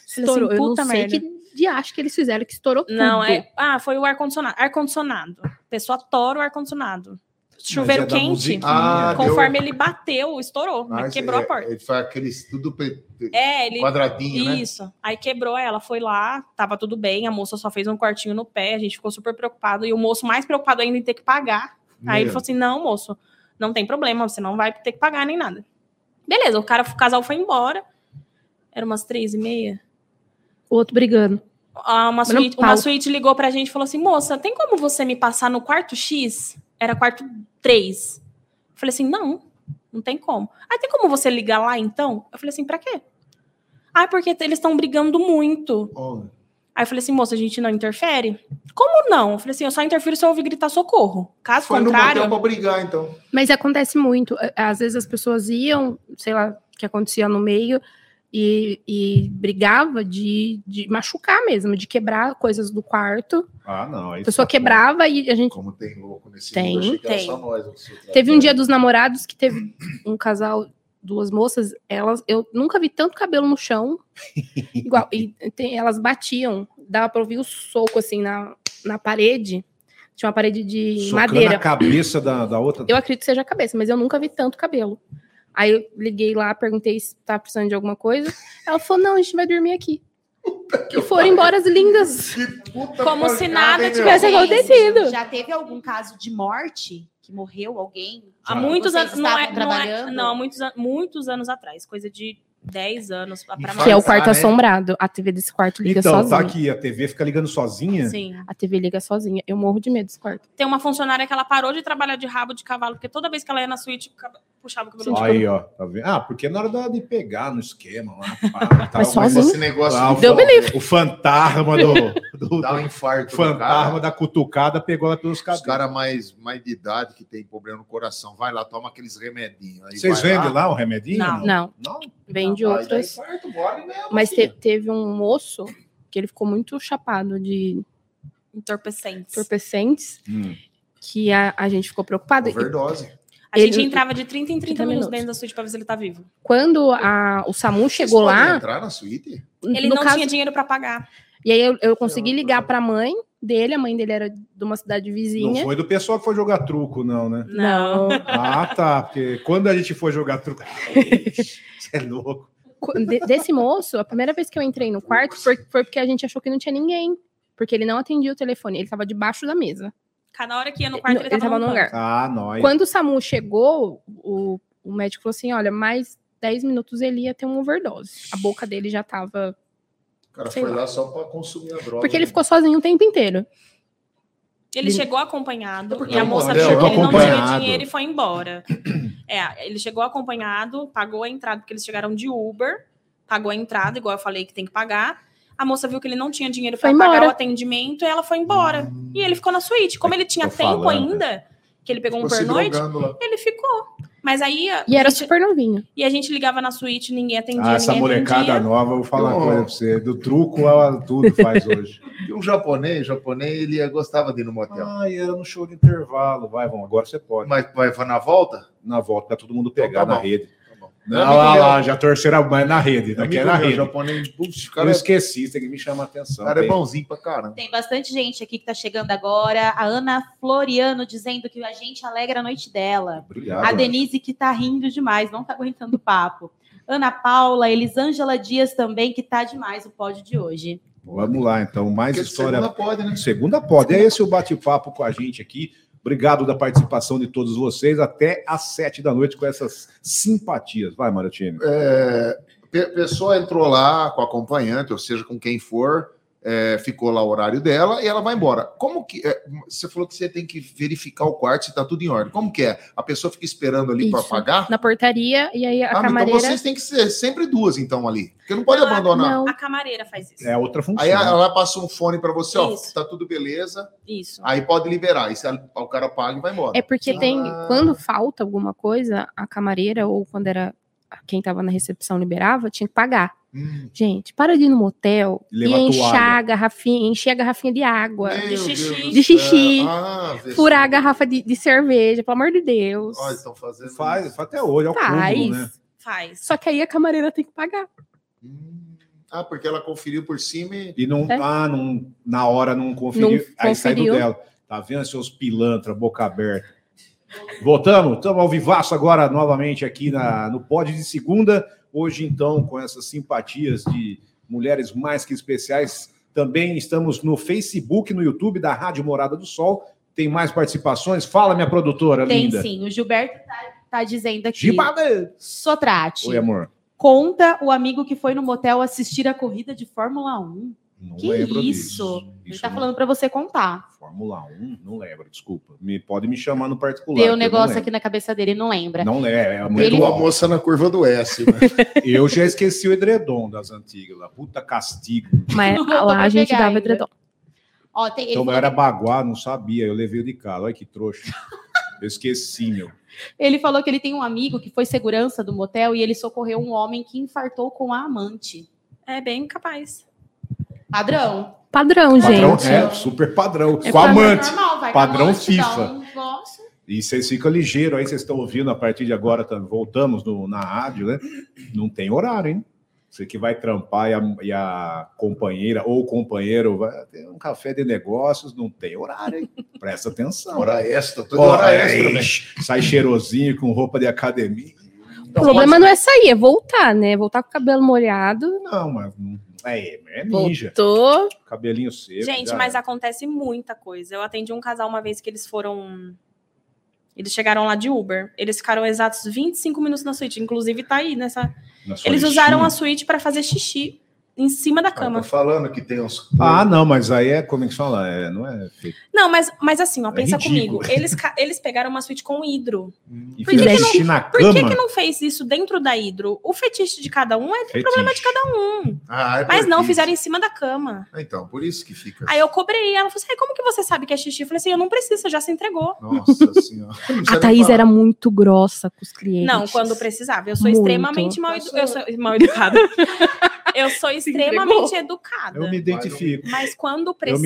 A: assim,
D: Estourou. eu não
A: puta
D: sei
A: merda.
D: que de acho que eles fizeram que estourou tudo.
A: Não, é. Ah, foi o ar-condicionado. Ar-condicionado. A Pessoa tora o ar-condicionado. Chuveiro
B: Mas é da
A: quente,
B: musiquinha.
C: Ah, deu-
A: conforme ele bateu, estourou.
C: Ah,
A: mas
C: isso
A: né? quebrou
C: é-
A: a porta.
C: Ele faz aqueles tudo pe-
A: É, ele.
C: quadradinho, né?
A: Isso. Aí quebrou, ela foi lá, tava tudo bem, a moça só fez um cortinho no pé, a gente ficou super preocupado. E o moço mais preocupado ainda em ter que pagar. Aí ele
B: Meu.
A: falou assim: não, moço, não tem problema, você não vai ter que pagar nem nada. Beleza, o cara, o casal foi embora. Era umas três e meia.
D: O outro brigando.
A: Ah, uma,
D: Mano,
A: suíte, uma
D: pau.
A: suíte ligou pra gente e falou assim: moça, tem como você me passar no quarto X? Era quarto 3. Falei assim: não, não tem como. Ah, tem como você ligar lá então? Eu falei assim: pra quê? Ah, porque eles estão brigando muito.
C: Oh,
A: Aí eu falei assim: moça, a gente não interfere? Como não? Eu falei assim: eu só interfiro se eu ouvir gritar socorro. Caso
C: Foi no
A: contrário.
C: motel pra brigar, então.
D: Mas acontece muito. Á- Às vezes as pessoas iam, sei lá, o que acontecia no meio e, e brigava de, de machucar mesmo, de quebrar coisas do quarto.
B: Ah, não.
D: A pessoa é quebrava e a gente.
C: Como tem louco nesse
D: Tem,
C: mundo, achei que era
A: tem.
C: só nós, eu sou
D: Teve um dia dos namorados que teve um casal, duas moças, elas. Eu nunca vi tanto cabelo no chão. Igual. E tem- elas batiam, dava pra ouvir o soco assim na, na parede. Tinha uma parede de madeira.
B: a cabeça da, da outra.
D: Eu acredito que seja a cabeça, mas eu nunca vi tanto cabelo. Aí eu liguei lá, perguntei se tá precisando de alguma coisa. Ela falou: não, a gente vai dormir aqui. E foram embora as lindas.
C: Que puta
A: Como se nada
C: hein, meu?
A: tivesse
E: Gente,
D: acontecido.
E: É Já teve algum caso de morte? Que morreu alguém?
A: Há muitos
E: Vocês
A: anos. Não, é,
E: estavam
A: não, é,
E: trabalhando?
A: não, há muitos, an- muitos anos atrás, coisa de 10 anos pra
C: Que
D: Que é o
A: mais.
D: quarto
C: Ah, é?
D: assombrado. A TV desse quarto liga
B: Então,
D: sozinha.
B: tá aqui, a TV fica ligando sozinha.
A: Sim.
D: A TV liga sozinha. Eu morro de medo desse quarto.
A: Tem uma funcionária que ela parou de trabalhar de rabo de cavalo, porque toda vez que ela ia na suíte, o cab- puxava o cabelo
B: Ó,
A: dela.
B: Aí, ó, tá vendo? Ah, porque na hora da- de pegar no esquema lá, pá, tal,
D: Mas
B: mas
D: sozinho?
C: Esse negócio
B: Ah,
C: de- um
D: deu
B: o fantasma do, do-
C: Dá um
B: do
C: infarto. no
B: fantasma
C: cara.
B: da cutucada pegou ela pelos
C: Os
B: cabelos.
C: caras mais, mais de idade que tem problema no coração, vai lá, toma aqueles remedinhos. aí
B: Vocês
C: vai
B: vendem lá o remedinho?
A: Não.
D: Não,
B: Não?
D: vem de
C: Aí assim. dá
D: outras.
C: infarto, morre mesmo,
D: Mas te-
C: filho.
D: teve um moço que ele ficou muito chapado de
A: Entorpecentes.
D: entorpecentes
B: Hum.
D: que a, a gente ficou preocupado. E
C: Overdose.
A: A
D: Ele-
A: gente entrava de 30 em 30
D: 30
A: minutos
D: minutos.
A: dentro da suíte pra ver se ele tá vivo.
D: quando a- o SAMU chegou
C: Vocês podem
D: lá,
C: entrar na suíte?
A: Ele
D: no
A: não
D: caso,
A: tinha dinheiro pra pagar.
D: E aí eu, eu consegui
C: Eu-
D: ligar pra mãe dele, a mãe dele era de uma cidade
B: Não
D: vizinha. Então,
B: foi do pessoal que foi jogar truco, não, né?
A: Não.
B: Ah, tá. Porque quando a gente foi jogar truco. Você é louco.
D: Qu- de- desse moço, a primeira vez que eu entrei no quarto foi, foi porque a gente achou que não tinha ninguém. Porque ele não atendia o telefone, ele tava debaixo da mesa.
A: Cada hora que ia no quarto,
D: Não,
A: ele, tava num lugar.
B: Ah, nós.
D: Quando o SAMU chegou, o, o médico falou assim: olha, mais 10 minutos ele ia ter uma overdose. A boca dele já tava.
C: O cara
D: Sei
C: foi
D: lá.
C: lá só pra consumir a droga.
D: Porque ele
C: né?
D: ficou sozinho o tempo inteiro.
A: Ele chegou acompanhado
C: Porque
A: e a
C: ele
A: moça viu
C: morreu,
A: que
B: chegou
A: ele não tinha
B: acompanhado.
A: dinheiro e foi embora. É, ele chegou acompanhado, pagou a entrada, porque eles chegaram de Uber, pagou a entrada, igual eu falei que tem que pagar. A moça viu que ele não tinha dinheiro pra
D: Foi
A: pagar
D: embora.
A: o atendimento e ela foi embora. E ele ficou na suíte. Como ele tinha
B: Hum. Tô
A: tempo
B: falando,
A: ainda, que ele pegou um
C: Ficou se
A: pernoite,
C: drogando lá.
A: ele ficou. Mas aí a-
D: E era
A: a gente-
D: super novinho.
A: e a gente ligava na suíte, ninguém atendia,
B: Ah, essa
A: ninguém
B: molecada
A: atendia.
B: nova, eu vou falar uma
C: Eu-
B: coisa pra você. Do truco, ela tudo faz hoje.
C: E um japonês, japonês, ele ia- gostava de ir no motel.
B: Ah, e era no show de intervalo. Vai, vamos, agora você pode.
C: Mas vai vai na volta?
B: Na volta, pra todo mundo
C: Então
B: pegar
C: tá
B: na
C: bom.
B: rede. Né?
C: Tá bom.
B: Não,
C: Amigo
B: lá,
C: meu,
B: lá, já torceram a mão na rede. Daqui é
C: amigo
B: na
C: meu,
B: rede.
C: japonês, putz, o
B: eu
C: cara, é-
B: esqueci, isso tem que me chamar a atenção.
C: o cara é
B: Tem-
C: bonzinho pra caramba.
E: Tem bastante gente aqui que tá chegando agora. A Ana Floriano dizendo que a gente alegra a noite dela.
B: Obrigado.
E: A Denise que tá rindo demais, não tá aguentando o papo. Ana Paula, Elisângela Dias também, que tá demais o pódio de hoje.
B: Vamos lá, então. Mais
C: Porque
B: história.
C: segunda pode, né?
B: Segunda pode. É esse o bate-papo com a gente aqui. Obrigado da participação de todos vocês. Até às sete da noite com essas simpatias. Vai, Maratini.
C: É, pe- pessoa entrou lá com acompanhante, ou seja, com quem for, é, ficou lá o horário dela e ela vai embora. Como que. é, você falou que você tem que verificar o quarto se está tudo em ordem. Como que é? A pessoa fica esperando ali para
D: Isso.
C: pagar?
D: Na portaria, e aí a
C: Ah, então
D: camareira.
C: vocês têm que ser sempre duas, então, ali. Porque não pode
A: Não,
C: abandonar.
D: Não,
A: A camareira faz isso.
B: É outra função.
C: Aí ela passa um fone para você, ó,
A: Isso.
C: tá tudo beleza,
A: Isso.
C: aí pode liberar. Aí se a- o cara paga e vai embora.
D: É porque tem
C: Ah.
D: quando falta alguma coisa, a camareira ou quando era quem estava na recepção liberava, tinha que pagar.
C: Hum.
D: Gente, para de ir no motel
B: E
D: e,
B: levar
D: enchar
B: toalha.
D: a garrafinha, encher a garrafinha de água,
C: Meu
A: De
C: Deus do
A: xixi.
C: céu.
D: De xixi.
C: Ah, vê
D: furar
C: só.
D: a garrafa de, de cerveja, pelo amor de Deus.
C: Olha, um estão fazendo.
B: Faz,
C: isso.
B: faz até hoje, é o
D: Faz.
B: cúmulo, né?
A: Faz.
D: Só que aí a camareira tem que pagar.
C: Hum. Ah, porque ela conferiu por cima e.
B: E não,
D: É.
B: ah, não, na hora não conferiu,
D: Não
B: aí sai do
D: conferiu.
B: dela. Tá vendo seus pilantra, boca aberta. Voltamos, estamos ao vivaço agora novamente aqui na, no Pod de Segunda. Hoje, então, com essas simpatias de mulheres mais que especiais, também estamos no Facebook, no YouTube da Rádio Morada do Sol. Tem mais participações? Fala, minha produtora
E: Tem
B: Tá linda.
E: sim. O Gilberto tá, tá dizendo aqui.
B: Gibada!
E: Sotrate.
B: Oi, amor.
E: Conta o amigo que foi no motel assistir a corrida de Fórmula 1.
B: Não
E: Que
B: lembro
E: isso?
B: disso.
E: Ele
B: Isso
E: tá
B: não- é
E: falando pra você contar.
B: Fórmula 1, não lembro, desculpa. Me, pode me chamar no particular. que eu
E: Deu um
B: não
E: negócio
B: lembro.
E: aqui na cabeça dele, não lembra.
B: Não é, é muito
E: Ele-
C: Meteu a
B: alto.
C: moça na curva do S. Né?
B: Eu já esqueci o edredom das antigas lá. Puta castigo.
D: Mas
E: Não voltou
D: lá
E: pra
D: a gente
E: pegar
D: dava
E: ainda.
D: edredom.
E: Ó, tem, ele,
B: Então eu
E: falou,
B: era baguá, não sabia. Eu levei de cara. Olha que trouxa. Eu esqueci, meu.
E: ele falou que ele tem um amigo que foi segurança do motel e ele socorreu um homem que infartou com a amante.
A: É bem capaz.
E: Padrão.
D: Padrão,
B: Padrão,
D: gente.
B: é, super padrão.
D: É
B: com a
D: padrão.
B: amante.
E: normal, vai com a
B: Padrão
E: amante, dá
B: FIFA.
E: um negócio.
B: E vocês ficam ligeiros aí, vocês estão ouvindo a partir de agora, tá- voltamos no- na rádio, né? Não tem horário, hein? Você que vai trampar e a, e a companheira ou o companheiro vai ter um café de negócios, não tem horário, hein? Presta atenção.
C: Hora extra, toda hora,
B: Hora
C: extra.
B: extra,
C: né?
B: né? Sai cheirosinho com roupa de academia.
D: O problema não é sair, é voltar, né? Voltar com o cabelo molhado.
B: Não, mas não- é, é ninja.
D: Voltou.
B: Cabelinho seco.
A: Gente,
B: já
A: mas
B: era.
A: acontece muita coisa. Eu atendi um casal uma vez que eles foram. Eles chegaram lá de Uber. Eles ficaram exatos 25 minutos na suíte. Inclusive, tá aí nessa.
B: Na sua
A: Eles
B: listinha.
A: usaram a suíte para fazer xixi em cima da
C: Ah, tá
A: cama.
C: falando que tem uns.
B: Ah, não, mas aí é como é que fala? É, não é feito.
A: Não, mas, mas assim, ó, pensa
B: É ridículo.
A: comigo. Eles, ca- eles pegaram uma suíte com hidro.
B: E
D: Por que
B: fizer
D: que não-
B: xixi na
A: Por
B: cama.
A: que, que não fez isso dentro da hidro? O fetiche de cada um é
B: Fetiche.
A: problema de cada um.
C: Ah, é
A: Mas
C: por
A: não,
C: isso.
A: fizeram em cima da cama.
C: Então, por isso que fica.
A: Aí eu cobrei. Ela falou assim: "Ai, como que você sabe que é xixi? Eu falei assim: eu não preciso, você já se entregou.
C: Nossa senhora. Não precisa
D: A
C: nem
D: Thaís
C: falar.
D: era muito grossa com os clientes.
A: Não, quando precisava. Eu sou
D: Muito.
A: extremamente mal, edu- eu sou mal educada. eu sou extremamente educada.
B: Eu me identifico.
A: Mas quando
B: Eu me
A: precisa.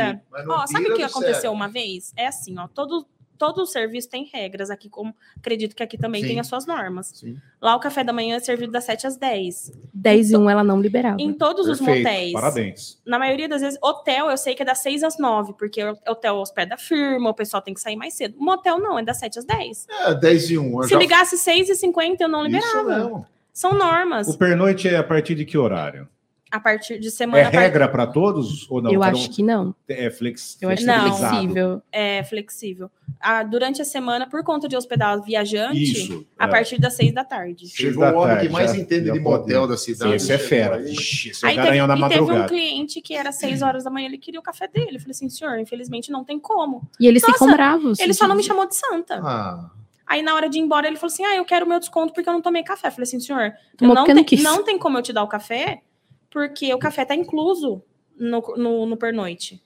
B: identifico.
C: Mas não
A: Ó, sabe
C: tira
A: o que
C: do
A: aconteceu
C: sério.
A: uma vez? É assim, ó, todo. Todo serviço tem regras aqui, como acredito que aqui também
C: Sim.
A: tem as suas normas.
C: Sim.
A: Lá o café da manhã é servido das 7 às 10.
D: 10 e 1 ela não liberava.
A: Em todos os
B: Perfeito,
A: motéis.
B: Parabéns.
A: Na maioria das vezes, hotel eu sei que é das 6 às 9, porque é o hotel hospeda firma, o pessoal tem que sair mais cedo. Motel não, é das 7 às 10.
C: É, 10 e 1.
A: Se ligasse 6h50, eu não
C: Isso
A: liberava.
C: mesmo.
A: São normas.
B: O pernoite é a partir de que horário?
A: a partir de semana.
B: É
A: a partir-
B: regra para todos ou não?
D: eu
B: Cada
D: acho
B: um
D: que não.
B: É flex...
D: Eu acho que
A: Não.
D: é
B: flexibilizado.
D: possível.
A: é flexível. Ah, durante a semana, por conta de hospedar viajante,
B: Isso.
A: a
B: é.
A: partir das seis da tarde.
C: Chegou
B: da
C: o um homem
B: tarde,
C: que mais
B: já-
C: entende
B: já
C: de
B: pode
C: motel
B: ir.
C: da
B: Sim,
C: cidade.
B: esse é
C: chegou
B: fera.
C: aí.
B: Ixi, esse é o
A: Aí teve,
B: garanhão da
A: e teve um
B: madrugada.
A: cliente que era seis horas da manhã, ele queria o café dele. Eu falei assim, senhor, infelizmente não tem como.
D: E eles ficam
A: Nossa,
D: bravos.
A: Ele só não me chamou de santa.
C: Ah,
A: Aí na hora de ir embora, ele falou assim: Ah, eu quero o meu desconto porque eu não tomei café. Eu falei assim, senhor, eu
D: Tomou
A: não,
D: porque não
A: tem-
D: quis.
A: não tem como eu te dar o café, porque o café tá incluso no, no, no pernoite.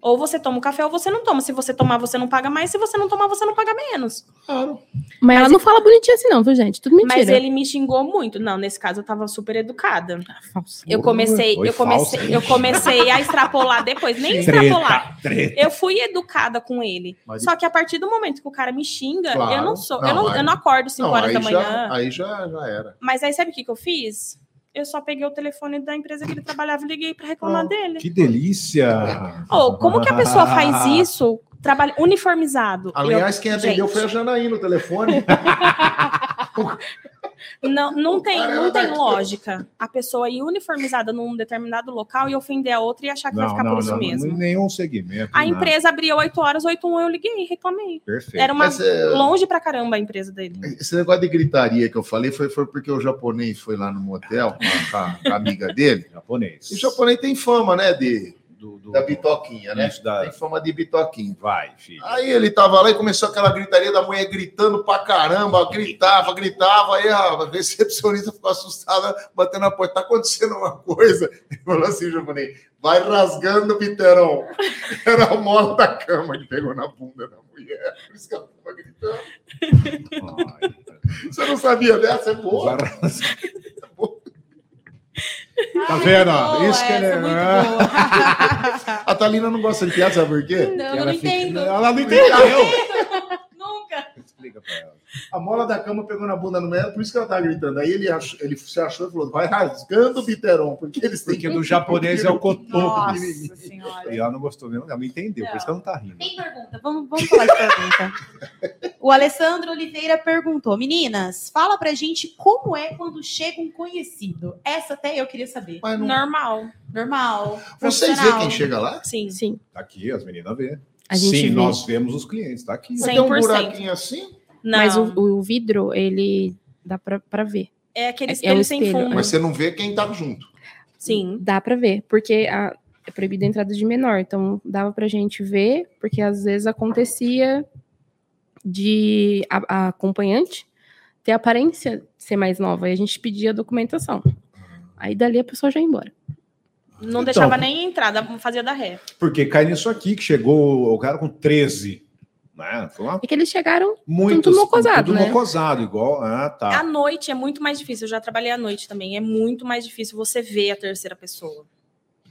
A: Ou você toma o café ou você não toma. Se você tomar, você não paga mais. Se você não tomar, você não paga menos.
D: Mas ela não fala bonitinha assim, não, viu, gente? Tudo mentira.
A: Mas ele me xingou muito. Não, nesse caso eu tava super educada.
D: Falso.
A: Eu comecei,
B: Foi
A: eu comecei,
B: falsa.
A: eu comecei a extrapolar depois, nem extrapolar.
B: Treta, treta.
A: Eu fui educada com ele.
C: Mas-
A: Só que a partir do momento que o cara me xinga, eu
C: Claro.
A: não sou,
C: Não,
A: eu, não,
C: aí-
A: eu não acordo 5
C: ah, não,
A: horas
C: aí,
A: da
C: já,
A: manhã.
C: aí já, já era.
A: Mas aí sabe o que, que eu fiz? Eu só peguei o telefone da empresa que ele trabalhava e liguei pra
C: Ah.
A: reclamar dele.
B: Que delícia.
A: Ô, como que a pessoa faz isso? Trabalha uniformizado.
C: Aliás,
A: Eu-
C: quem atendeu
A: gente,
C: foi a Janaína no telefone.
A: Não, não tem,
C: Cara,
A: não tem
C: mas-
A: lógica. A pessoa ir uniformizada num determinado local e ofender a outra e achar que vai
B: Não,
A: ficar
B: não,
A: por isso
B: não,
A: mesmo.
B: nenhum segmento.
A: A
B: nada.
A: empresa abria 8 horas, 8 1 eu liguei e reclamei.
B: Perfeito.
A: Era uma
C: Mas, é,
A: longe pra caramba a empresa dele.
C: Esse negócio de gritaria que eu falei foi, foi porque o japonês foi lá no motel com a- com a, com a amiga
A: um
C: dele.
B: Japonês.
C: E o japonês tem fama, né? De,
B: Do- do-
C: da bitoquinha, né?
B: Isso, da-
C: Tem fama de bitoquinha.
B: Vai, filho.
C: Aí ele tava lá e começou aquela gritaria da mulher gritando pra caramba, gritava, gritava, aí a recepcionista ficou assustada, batendo na porta, tá acontecendo uma coisa. Ele falou assim, Giovanni, vai rasgando o piterão. Era a mola da cama que pegou na bunda da mulher, por isso que ela tava gritando.
B: Ai,
C: Você não sabia dessa? É boa.
B: Tá vendo? Isso
E: Isso
B: que
E: que
B: ele-
E: é muito boa.
C: A Thalina não gosta de piada, sabe por quê?
E: Não, eu não entendo.
B: Ela não entendeu.
E: Nunca.
B: Explica pra ela.
C: A mola da cama pegou na bunda no meio, por isso que ela tá gritando. Aí ele, ach- ele se achou e falou: vai rasgando o biteron, porque eles têm
B: Porque do japonês é o cotoco.
E: Nossa senhora.
B: E ela não gostou mesmo, ela não entendeu, por isso que ela não tá rindo.
E: Tem pergunta, vamos, vamos falar de pergunta. O Alessandro Oliveira perguntou: Meninas, fala pra gente como é quando chega um conhecido. Essa até eu queria saber.
C: Mas não...
A: Normal,
E: Normal.
C: Vocês vê
E: profissional.
C: quem chega lá?
A: sim.
D: Sim,
B: Tá aqui, as meninas vê.
D: a gente
B: Sim,
D: vê.
B: nós vemos os clientes, tá aqui.
A: Sim.
C: Mas Tem um
A: 100%.
C: buraquinho assim?
A: Não,
D: Mas o, o vidro, ele dá pra, pra ver.
A: é aquele
D: é- é
A: espelho
D: um
A: sem
D: espelho,
A: fundo.
C: Mas você não vê quem tá junto.
A: Sim.
D: Dá pra ver, porque a- é proibida a entrada de menor, então dava pra gente ver, porque às vezes acontecia de a, a acompanhante ter a aparência ser mais nova, e a gente pedia a documentação. Aí dali a pessoa já ia embora.
A: Não
B: Então.
A: deixava nem entrar, dava- fazia da ré.
B: Porque cai nisso aqui, que chegou o cara com 13. Né? Foi uma-
D: É que eles chegaram,
B: Muitos,
D: Tudo mocosado,
B: tudo
D: né?
B: mocosado, igual. Ah,
A: À
B: tá.
A: noite é muito mais difícil. Eu já trabalhei à noite também. É muito mais difícil você ver a terceira pessoa.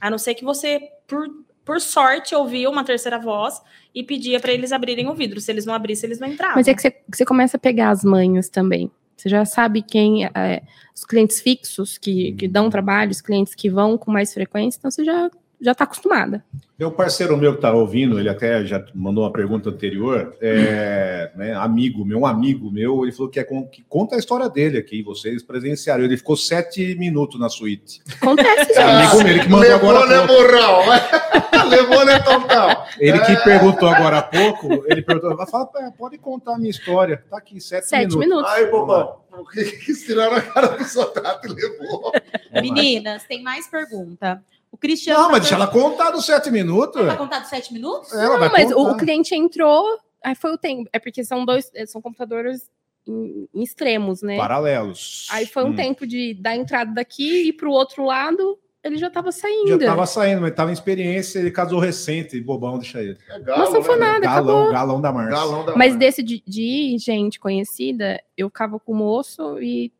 A: A não ser que você, por, por sorte, ouvia uma terceira voz e pedia para eles abrirem o vidro. Se eles não abrissem, eles não entravam.
D: mas é que você, que você começa a pegar as manhas também. Você já sabe quem é, os clientes fixos que,
B: Hum.
D: que dão trabalho, os clientes que vão com mais frequência, então você já já tá acostumada.
B: Tem um parceiro meu que tá ouvindo, ele até já mandou uma pergunta anterior. é, né, amigo meu, um amigo meu, ele falou que, é com- que conta a história dele aqui, vocês presenciaram. Ele ficou sete minutos na suíte.
D: Acontece,
B: É
D: gente.
B: amigo meu, ele que mandou
C: levou,
B: agora. há pouco.
C: levou, não. levou, né, total.
B: Ele que perguntou agora há pouco, ele perguntou, "Mas fala, é, pode contar a minha história. Tá aqui, sete,
D: Sete
B: minutos.
D: minutos.
C: Ai, bobão, por que que tiraram a cara do soldado e levou?
B: Vamos lá.
E: Meninas, tem mais pergunta. O Cristiano.
B: Não,
E: tá
B: mas deixa ela É, contar dos sete minutos.
E: Vai contar dos sete minutos?
B: Ela vai
D: Não, mas o,
B: contar.
D: o cliente entrou, aí foi o tempo. É porque são dois, eh, são computadores em, em extremos, né?
B: Paralelos.
D: Aí foi um
B: Hum.
D: tempo de da entrada daqui e pro outro lado, ele já tava saindo.
B: Já tava saindo, mas tava em experiência, ele casou recente, bobão, deixa ele.
C: É
D: Mas não foi
C: né?
D: nada,
B: galão,
D: acabou.
B: galão da Márcia.
C: Galão da
B: né?
D: Mas
C: Mar-
D: desse de, de gente conhecida, eu ficava com o moço e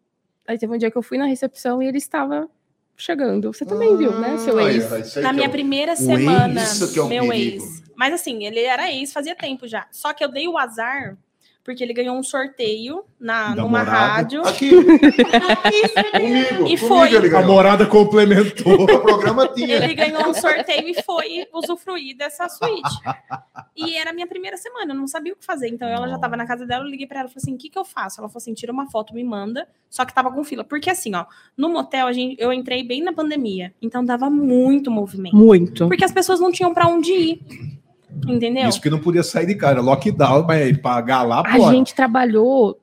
D: aí teve um dia que eu fui na recepção e ele estava chegando. Você também viu,
B: Ah,
D: né, seu
C: Aí,
D: ex?
C: ó, isso aí
A: Na
C: que
A: minha
C: é o-
A: primeira
C: o ex,
A: semana,
C: isso que é o
A: meu
C: perigo.
A: ex. Mas assim, ele era ex, fazia tempo já. Só que eu dei o azar, porque ele ganhou um sorteio na,
B: Da
A: numa
B: morada.
A: rádio.
C: Aqui,
E: Isso,
C: comigo.
A: E
C: comigo
A: foi.
C: ele
B: A
C: ganhou.
B: morada complementou.
C: O programa tinha. né?
A: Ele ganhou um sorteio e foi usufruir dessa suíte. E era a minha primeira semana, eu não sabia o que fazer. Então ela já estava na casa dela, eu liguei para ela e falei assim: o que, que eu faço? Ela falou assim: tira uma foto, me manda. Só que tava com fila. Porque assim, ó, no motel a gente, eu entrei bem na pandemia. Então dava muito movimento.
D: Muito.
A: Porque as pessoas não tinham para onde ir. Entendeu?
B: Isso que não podia sair de cara. Lockdown, mas pagar lá,
D: A
B: pode.
D: gente trabalhou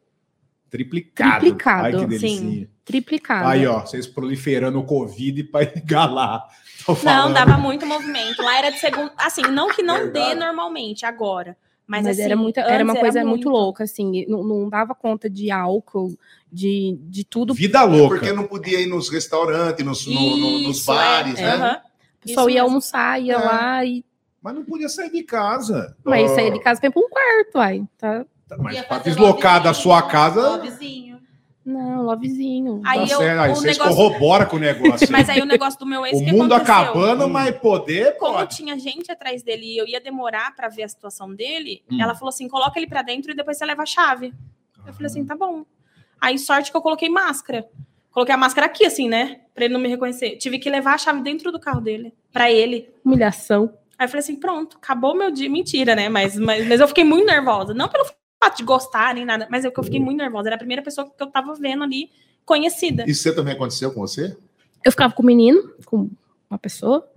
B: Triplicado.
D: Triplicado,
B: Ai, que
D: sim. Ah,
B: delicinha.
D: triplicado.
B: Aí, ó, vocês proliferando o Covid pra engalar. Tô
A: Não,
B: falando.
A: dava muito movimento. Lá era de segunda. Assim, não que não dê
C: Verdade.
A: normalmente agora. Mas,
D: Mas,
A: assim,
D: era, muita, era
A: antes
D: uma coisa muito,
A: muito
D: louca, assim, e não, não dava conta de álcool, de, de tudo.
B: Vida
C: Porque
B: louca.
C: não podia ir nos restaurantes, nos, no- no- nos
A: Isso,
C: bares,
A: é,
C: né?
A: aham.
D: O pessoal
A: isso
D: ia
A: mesmo.
D: almoçar, ia
C: É.
D: lá e.
B: Mas não podia sair de casa.
D: Mas saía de casa pra ir pra um quarto, uai. Tá...
B: Mas pra deslocar da sua casa,
E: Vizinho.
D: Não, lovezinho.
A: Aí
B: tá
A: eu-
B: certo. Aí
A: o
B: vocês
A: negócio-
B: corroboram com o negócio.
A: Mas aí o negócio do meu ex
B: o
A: que
B: mundo
A: aconteceu?
B: acabando, mas poder,
A: Como
B: pode.
A: tinha gente atrás dele e eu ia demorar pra ver a situação dele,
B: Hum.
A: ela falou assim: coloca ele pra dentro e depois você leva a chave. Eu falei
B: Ah.
A: assim: tá bom. Aí, sorte que eu coloquei máscara. Coloquei a máscara aqui, assim, né? Pra ele não me reconhecer. Tive que levar a chave dentro do carro dele, pra ele.
D: Humilhação.
A: Aí eu falei assim, pronto, acabou meu dia. Mentira, né? Mas, mas, mas eu fiquei muito nervosa. Não pelo fato de gostar nem nada, mas é que eu fiquei muito nervosa. Era a primeira pessoa que eu tava vendo ali conhecida.
C: Isso você também aconteceu com você?
D: Eu ficava com o menino, com uma pessoa.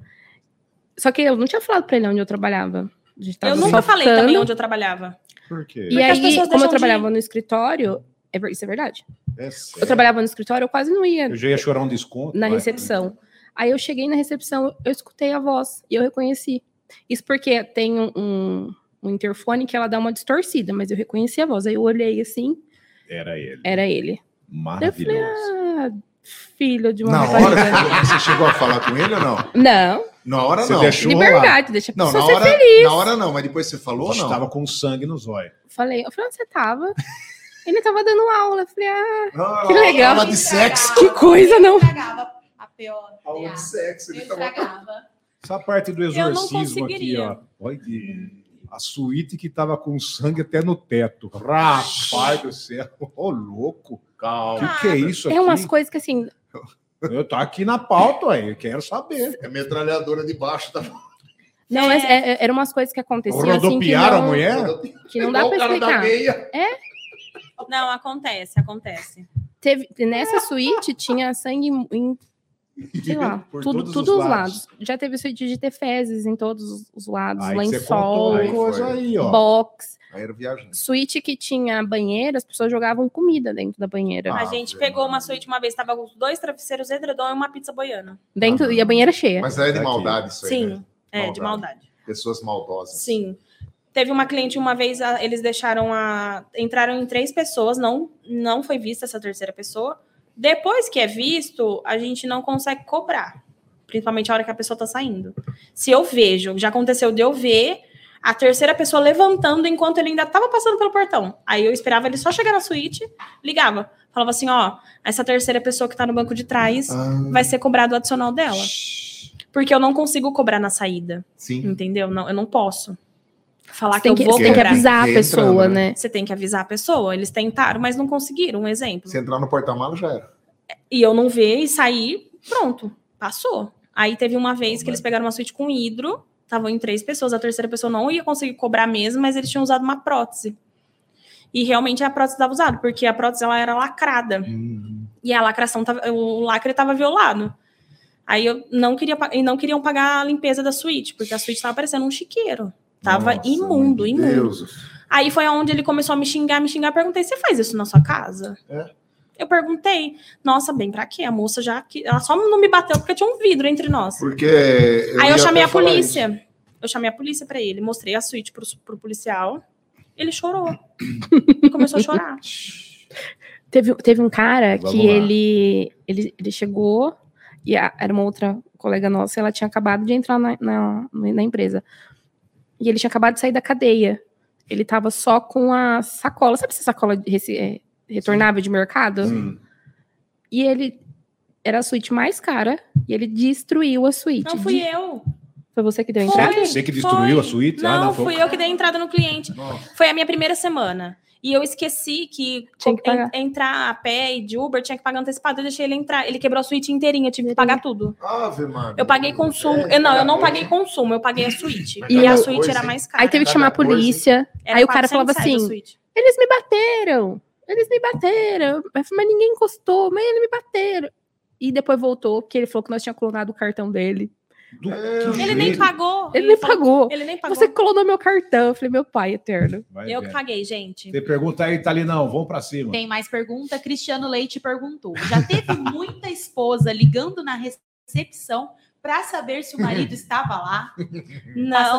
D: Só que eu não tinha falado pra ele onde eu trabalhava. A gente tava
A: Eu
D: só
A: nunca falei
D: ficando.
A: também onde eu trabalhava.
B: Por quê?
D: E
A: Porque as
D: aí,
A: pessoas
D: como
A: deixam
D: eu
A: de
D: trabalhava no escritório, é ver- isso é verdade.
B: É
D: Eu
B: sério.
D: trabalhava no escritório, eu quase não ia
B: Eu já ia chorar um desconto.
D: na
B: vai.
D: recepção. Aí eu cheguei na recepção, eu escutei a voz e eu reconheci. Isso porque tem um, um- um interfone que ela dá uma distorcida, mas eu reconheci a voz. Aí eu olhei assim,
B: Era ele.
D: era ele. Daí eu falei,
B: Maravilhoso.
D: ah, filho de uma
C: Na
D: rapariga."
C: hora que você chegou a falar com ele ou não?
D: Não,
C: Na hora
B: Você
C: não.
B: deixou rolar.
D: liberdade, deixa a
C: Não,
D: pessoa
C: na
D: ser
C: hora,
D: feliz.
C: na hora não, mas depois você falou ou não?
B: Estava com sangue nos olhos.
D: Falei, eu falei, onde você tava? Ele tava dando aula. Eu falei, ah,
B: Ah,
D: que legal.
C: Aula de sexo.
D: Que coisa, não.
E: Eu estragava a pior.
B: Aula de sexo.
E: Eu
B: Ele
C: tá
B: tava...
E: estragava.
B: Essa parte do
A: não
B: exorcismo aqui,
A: conseguiria.
B: ó. Olha que... A suíte que tava com sangue até no teto. Rapaz do céu. Ô, louco. O
C: Calma.
B: que, que é isso aqui?
D: É umas coisas que assim,
B: Eu tô aqui na pauta, aí. Eu quero saber.
C: É metralhadora de baixo tá da
D: não, é. é- é- eram umas coisas que aconteciam assim que
B: Rodopiaram
D: não,
B: a mulher?
D: que não dá pra explicar.
C: meia.
A: Não, acontece, acontece.
D: Teve, nessa suíte tinha sangue em- em, sei lá,
B: Por
D: tudo,
B: todos os
D: tudo os
B: lados.
D: lados. Já teve suíte de ter fezes em todos os lados,
B: Aí você contou
D: lençol,
B: uma coisa aí, ó.
D: box.
C: Aí era viajante.
D: Suíte que tinha banheira, as pessoas jogavam comida dentro da banheira. né?
C: Ah,
A: a gente
C: gente.
A: pegou uma suíte uma vez, tava com dois travesseiros, edredom e uma pizza boiana.
D: dentro E a banheira cheia.
C: Mas é de
B: Tá Aqui.
C: maldade isso aí. né?
A: Sim, é, de
C: Maldade.
A: maldade.
C: Pessoas maldosas.
A: Sim. Teve uma cliente uma vez, a- eles deixaram a. Entraram em três pessoas, não, não foi vista essa terceira pessoa. Depois que é visto, a gente não consegue cobrar. Principalmente a hora que a pessoa tá saindo. Se eu vejo, já aconteceu de eu ver a terceira pessoa levantando enquanto ele ainda tava passando pelo portão. Aí eu esperava ele só chegar na suíte, ligava. Falava assim: ó, essa terceira pessoa que tá no banco de trás
C: Ah,
A: vai ser cobrado o adicional dela.
C: shh.
A: Porque eu não consigo cobrar na saída.
D: Hum.
C: Sim.
A: Entendeu? Não, eu não posso falar
D: tem
A: que,
D: que,
A: eu vou
D: tem que
A: cobrar.
D: avisar a
C: Entrando,
D: pessoa,
C: né?
D: né?
A: Você tem que avisar a pessoa. Eles tentaram, mas não conseguiram. Um exemplo.
C: Se entrar no porta-malas já era.
A: E eu não ver e sair, pronto. Passou. Aí teve uma vez que eles pegaram uma suíte com hidro. Estavam em três pessoas. A terceira pessoa não ia conseguir cobrar mesmo, mas eles tinham usado uma prótese. E realmente a prótese estava usada, porque a prótese ela era lacrada.
D: Hum.
A: e a lacração tava, o lacre estava violado. Aí eu não queria pa- e não queriam pagar a limpeza da suíte, porque a suíte estava parecendo um chiqueiro. Tava
C: Nossa,
A: imundo,
C: mãe de
A: imundo.
C: Deus.
A: Aí foi aonde ele começou a me xingar, me xingar, perguntei: "Você faz isso na sua casa?"
C: É.
A: Eu perguntei: "Nossa, bem, pra quê?" A moça já que ela só não me bateu porque tinha um vidro entre nós.
C: Porque. Eu
A: Aí
C: ia
A: eu chamei a
C: até falar
A: polícia. Eu chamei a polícia pra ele, mostrei a suíte pro, pro policial. Ele chorou. Ele começou a chorar.
D: Teve, teve um cara
B: Vamos
D: que
B: lá.
D: ele, ele, ele chegou e a- era uma outra colega nossa, e ela tinha acabado de entrar na, na, na empresa. E ele tinha acabado de sair da cadeia. Ele tava só com a sacola. Sabe essa sacola de rece- é, retornável de mercado?
B: Hum.
D: E ele era a suíte mais cara e ele destruiu a suíte.
A: Não fui
D: De-
A: eu.
D: Foi você que deu a
A: Foi.
D: entrada?
B: Você que destruiu
A: Foi.
B: a suíte?
A: Não,
B: ah, não, foi-
A: fui eu que dei a entrada no cliente.
C: isso. Nossa,
A: Foi a minha primeira semana. E eu esqueci que,
D: Tinha que
A: en-
D: pagar.
A: entrar a pé e de Uber tinha que pagar antecipado. Eu deixei ele entrar. Ele quebrou a suíte inteirinha, eu tive que pagar tudo.
C: Ave, mano.
A: Eu paguei consumo.
C: É,
A: Eu, não, eu não
C: cada
A: paguei consumo, eu paguei a suíte.
C: Mas
A: E,
D: cada
A: a suíte
C: coisa,
A: era
C: hein?
A: mais cara.
D: Aí teve que
C: Cada
D: chamar a
C: coisa, hein?
D: polícia.
A: Era
D: aí o cara
A: 400
D: falava
A: reais a
D: assim,
A: suíte.
D: eles me bateram, eles me bateram, mas mas ninguém encostou, mas eles me bateram. E depois voltou, porque ele falou que nós tínhamos clonado o cartão dele.
B: Do-
C: É,
B: que
A: Ele nem
B: jeito?
A: pagou.
D: Ele nem
A: falou-
D: pagou.
A: Ele nem pagou.
D: Você clonou meu cartão. Eu falei, meu pai eterno.
B: Vai
A: Eu que
B: vendo.
A: paguei, gente.
B: Você pergunta aí, Thalinão, vamos pra cima.
E: Tem mais pergunta? Cristiano Leite perguntou. Já teve muita esposa ligando na recepção para saber se o marido estava lá, passando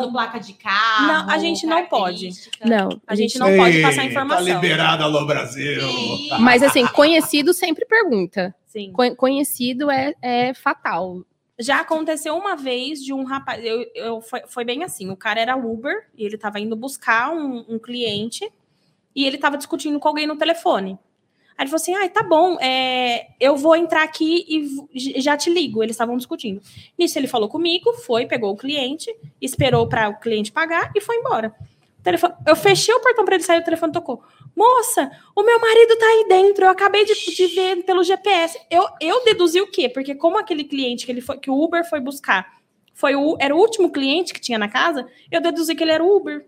A: Não,
E: placa de carro.
A: Não, a gente não pode.
E: característica?
D: Não,
A: Tá, a gente não pode passar informação.
B: alô Brasil.
E: Sim.
D: Mas assim, conhecido sempre pergunta.
A: Sim.
D: Con- Conhecido é, é fatal.
A: Já aconteceu uma vez de um rapaz. Eu, eu- foi, foi bem assim: o cara era Uber e ele estava indo buscar um, um cliente e ele estava discutindo com alguém no telefone. Aí ele falou assim: ai, tá bom, é, eu vou entrar aqui e v- j- já te ligo. Eles estavam discutindo. Nisso ele falou comigo, foi, pegou o cliente, esperou para o cliente pagar e foi embora. O telefone- eu fechei o portão para ele sair, o telefone tocou. Moça, o meu marido tá aí dentro. Eu acabei de, de ver pelo GPS. Eu, eu deduzi o quê? Porque como aquele cliente que ele foi, que o Uber foi buscar, foi o, era o último cliente que tinha na casa, eu deduzi que ele era o Uber.